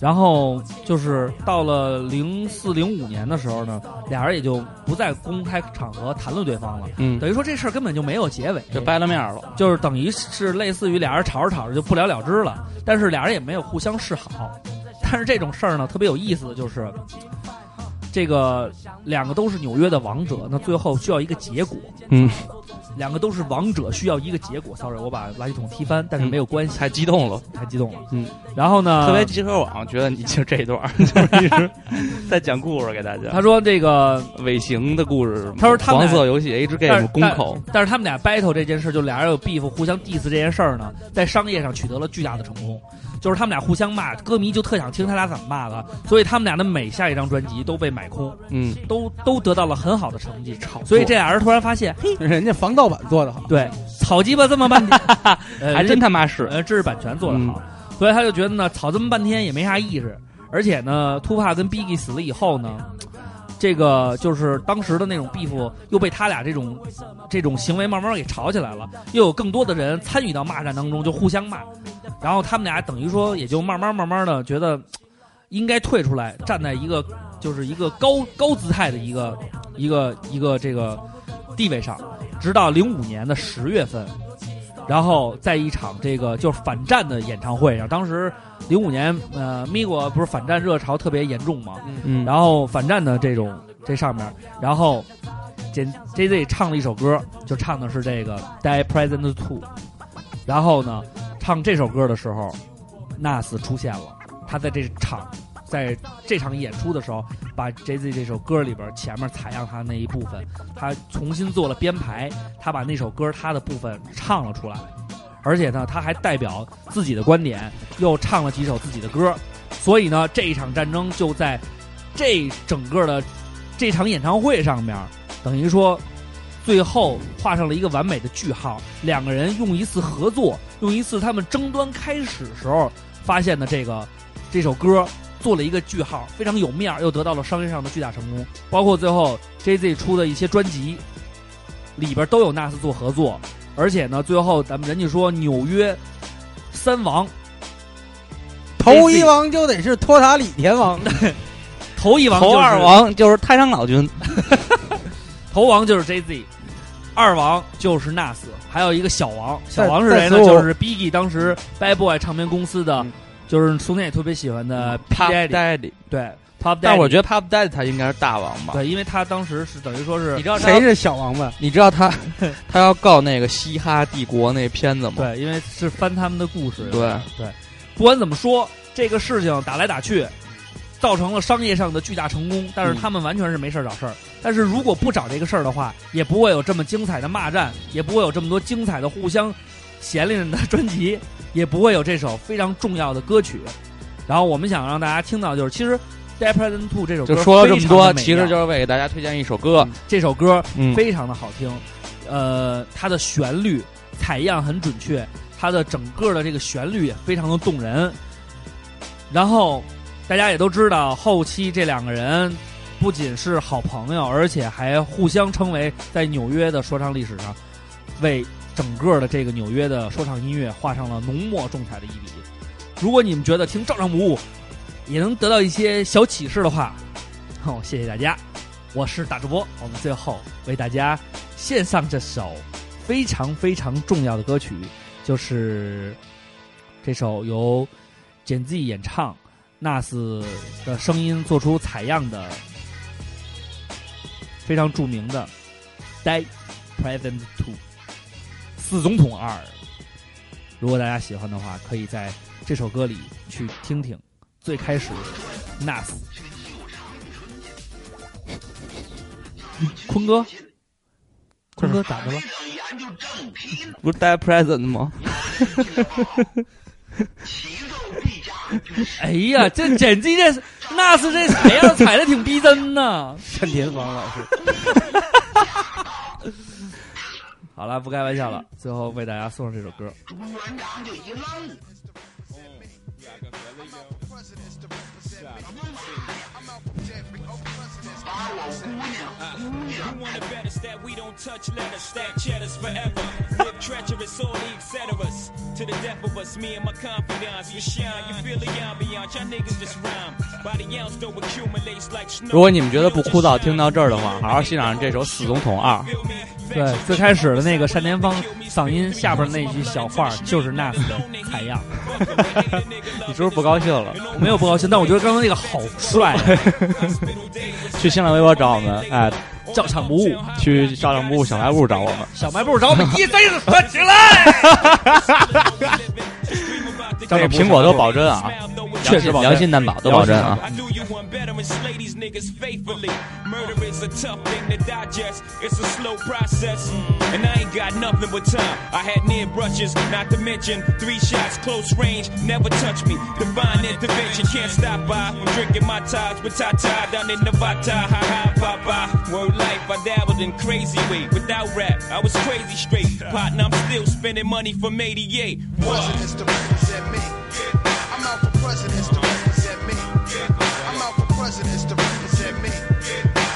S4: 然后就是到了零四零五年的时候呢，俩人也就不再公开场合谈论对方了，
S7: 嗯，
S4: 等于说这事儿根本就没有结尾，
S7: 就掰了面儿了。
S4: 就是等于是类似于俩人吵着吵着就不了了之了，但是俩人也没有互相示好。但是这种事儿呢，特别有意思的就是，这个两个都是纽约的王者，那最后需要一个结果。
S7: 嗯，
S4: 两个都是王者，需要一个结果。sorry，我把垃圾桶踢翻，但是
S7: 嗯
S4: 没有关系，
S7: 太激动了，
S4: 太激动了。
S7: 嗯，
S4: 然后呢，
S7: 特别集合网觉得你就这一段儿就是一直在讲故事给大家
S4: 他。说这个
S7: 尾行的故事，
S4: 他说他们
S7: 黄
S4: 俩
S7: 色游戏 H
S4: 但
S7: game
S4: 是
S7: 公口，
S4: 但，但是他们俩 battle 这件事，就俩人有 beef，互相 diss 这件事儿呢，在商业上取得了巨大的成功。就是他们俩互相骂，歌迷就特想听他俩怎么骂了，所以他们俩的每下一张专辑都被买空，
S7: 嗯，
S4: 都都得到了很好的成绩。所以这俩人突然发现，嘿，
S6: 人家防盗版做的好，
S4: 对，草鸡巴这么 半天，呃
S7: 还真他妈是，
S4: 呃，这是版权做得好，所以他就觉得呢，吵这么半天也没啥意思。而且呢，秃帕跟 Biggie 死了以后呢，这个就是当时的那种 beef 又被他俩这种这种行为慢慢给吵起来了，又有更多的人参与到骂战当中，就互相骂，然后他们俩等于说也就慢慢慢慢的觉得应该退出来，站在一个就是一个高高姿态的一个一个一个这个地位上，直到零五年的十月份，然后在一场这个就是反战的演唱会上，当时零五年呃咪国不是反战热潮特别严重嘛，
S7: 嗯，
S4: 然后反战的这种这上面，然后 J J Z 唱了一首歌，就唱的是这个《Die Present Two》，然后呢，唱这首歌的时候，Nas 出现了，他在这场。在这场演出的时候，把 J Z 这首歌里边前面采样他那一部分，他重新做了编排，他把那首歌他的部分唱了出来，而且呢，他还代表自己的观点，又唱了几首自己的歌，所以呢，这一场战争就在这整个的这场演唱会上面，等于说最后画上了一个完美的句号。两个人用一次合作，用一次他们争端开始时候发现的这个这首歌做了一个句号，非常有面儿，又得到了商业上的巨大成功。包括最后 J Z 出的一些专辑里边都有 Nas 做合作，而且呢，最后咱们人家说纽约三王
S6: 头一王就得是托塔李天王，
S4: 头一王、就是、
S7: 头二王就是太上老君，
S4: 头王就是 J Z，二王就是 Nas，还有一个小王，小王是谁呢？
S6: 在在此我
S4: 就是 Biggie 当时 Bad Boy 唱片公司的，
S7: 嗯
S4: 就是从前也特别喜欢的 P
S7: Pop
S4: Daddy，
S7: Daddy，
S4: 对 Pop Daddy。
S7: 但我觉得 Pop Daddy 他应该是大王吧？
S4: 对，因为他当时是等于说是
S7: 你知道他
S6: 谁是小王八？
S7: 你知道他他要告那个嘻哈帝国那片子吗？
S4: 对，因为是翻他们的故事。
S7: 对，
S4: 不管怎么说，这个事情打来打去，造成了商业上的巨大成功，但是
S7: 嗯
S4: 他们完全是没事儿找事儿。但是如果不找这个事儿的话，也不会有这么精彩的骂战，也不会有这么多精彩的互相嫌令的 专辑，也不会有这首非常重要的歌曲。然后我们想让大家听到，就是其实《d e p r e s s i o n Two》这首歌
S7: 就说了这
S4: 非
S7: 么
S4: 常
S7: 多，
S4: 的美
S7: 其实
S4: 妙
S7: 就是为给大家推荐一首歌，
S4: 这首歌
S7: 嗯
S4: 非常的好听，呃，它的旋律采样很准确，它的整个的这个旋律也非常的动人。然后大家也都知道，后期这两个人不仅是好朋友，而且还互相称为在纽约的说唱历史上为整个的这个纽约的说唱音乐画上了浓墨重彩的一笔。如果你们觉得听照常不误也能得到一些小启示的话，好、谢谢大家。我是大主播，我们最后为大家献上这首非常非常重要的歌曲，就是这首由 j e n Z 演唱，Nas 的声音做出采样的非常著名的《Die Present Two》四总统二。如果大家喜欢的话，可以在这首歌里去听听最开始 Nas 坤哥，坤哥咋的了？
S7: 不是 Die Present 吗？
S4: 哎呀，这简直这那是这采样采的挺逼真呐！
S6: 单田芳老师，
S4: 好了，不开玩笑了，最后为大家送上这首歌。
S10: We want the betters that we don't touch letters, stack cheddars forever. Live treacherous, all the etceteras. To the death of us, me and my confidants, we shine. You feel the ambiance, y'all niggas just rhyme. By the ounce, though, accumulates like snow.
S7: 如果你们觉得不枯燥，听到这儿的话，好好欣赏这首《死总统二》。
S4: 对，最开始的那个单田芳嗓音下边那一句小话就是那斯的采样，
S7: 你是不是不高兴了？
S4: 我没有不高兴，但我觉得刚刚那个好帅，啊
S7: 去新浪微博找我们，哎，
S4: 照唱不误。
S7: 去照相部小卖部找 我们。
S4: 小卖部找我们一 C 四起来，
S7: 这个苹果都保真啊，
S10: 确
S4: 实保真
S7: 良心担保都保真啊。
S10: I knew you one better and slay these niggas faithfully. Murder is a tough thing to digest. It's a slow process, and I ain't got nothing but time. I had near brushes, not to mention three shots, close range, never touch me. Divine intervention can't stop by from drinking my ties with Tata down in Nevada. Ha ha, papa. Word life, I dabbled in crazy way. Without rap, I was crazy straight. Partner, I'm still spending money from '88. What?
S11: presidents to represent me. I'm out for presidents to represent me. I'm out for presidents to represent me.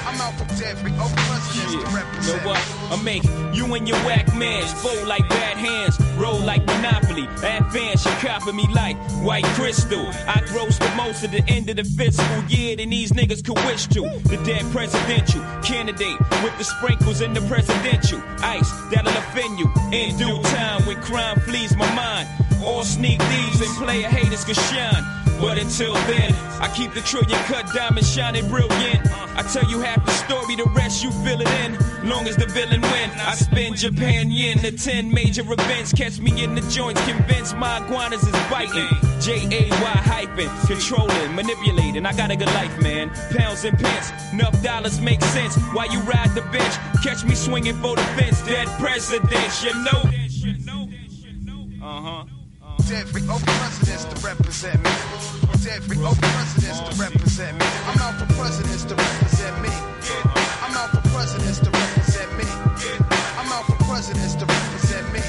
S11: I'm out for every old president to represent
S10: Know
S11: me.
S10: what? I make you and your whack mans fold like bad hands, roll like Monopoly. Advance, you copy me like white crystal. I gross the most at the end of the fiscal year than these niggas could wish to. The dead presidential candidate with the sprinkles in the presidential ice that'll offend you in due time when crime flees my mind. All sneak thieves and player haters can shine. But until then, I keep the trillion cut diamond shining brilliant. I tell you half the story, the rest you fill it in. Long as the villain win, I spin Japan yen. The ten major events catch me in the joints, convince my iguanas is biting. J A Y hyping, controlling, manipulating. I got a good life, man. Pounds and pence, enough dollars make sense. Why you ride the bench? Catch me swinging for the fence, dead presidents, you know. Uh huh.
S11: Every old presidents to represent me. Every old presidents to represent me. I'm out for presidents to represent me. I'm out for presidents to represent me. I'm out for presidents to represent me.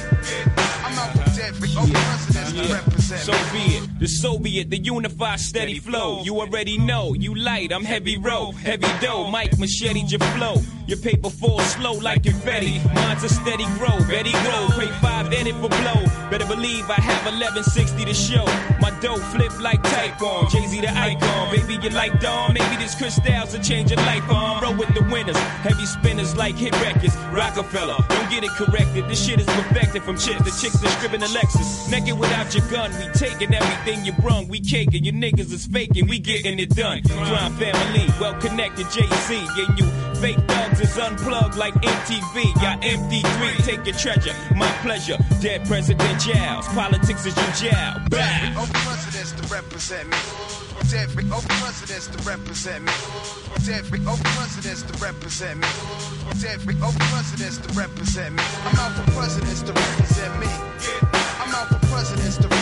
S11: I'm out for every old presidents to represent
S10: So
S11: me.
S10: be it. The Soviet, the unified, steady flow. You already know. You light, I'm heavy row, heavy dough. Mike machete your flow. Your paper falls slow like confetti. Mine's a steady grow, Betty grow. Pray five in it for blow. Better believe I have 1160 to show. My dough flip like Typhoon. Jay Z the icon. Baby, you like Dawn. Maybe this Cristal's a change your life on. Roll with the winners. Heavy spinners like hit records. Rockefeller. Don't get it corrected. This shit is perfected from chips to chicks to scribbling Alexis. Naked without your gun. We taking everything you brung. We caking. Your niggas is faking. We getting it done. Crime family. Well connected. Jay Z. And you fake thugs is unplugged like MTV. Y'all MD3. Take your treasure. My pleasure. Dead president jails. Politics is your jail. Bow.
S11: Every old presidents to represent me. Every old presidents to represent me. Every old presidents to represent me. Every old presidents to represent me. I'm out for presidents to represent me. I'm out for presidents to represent me.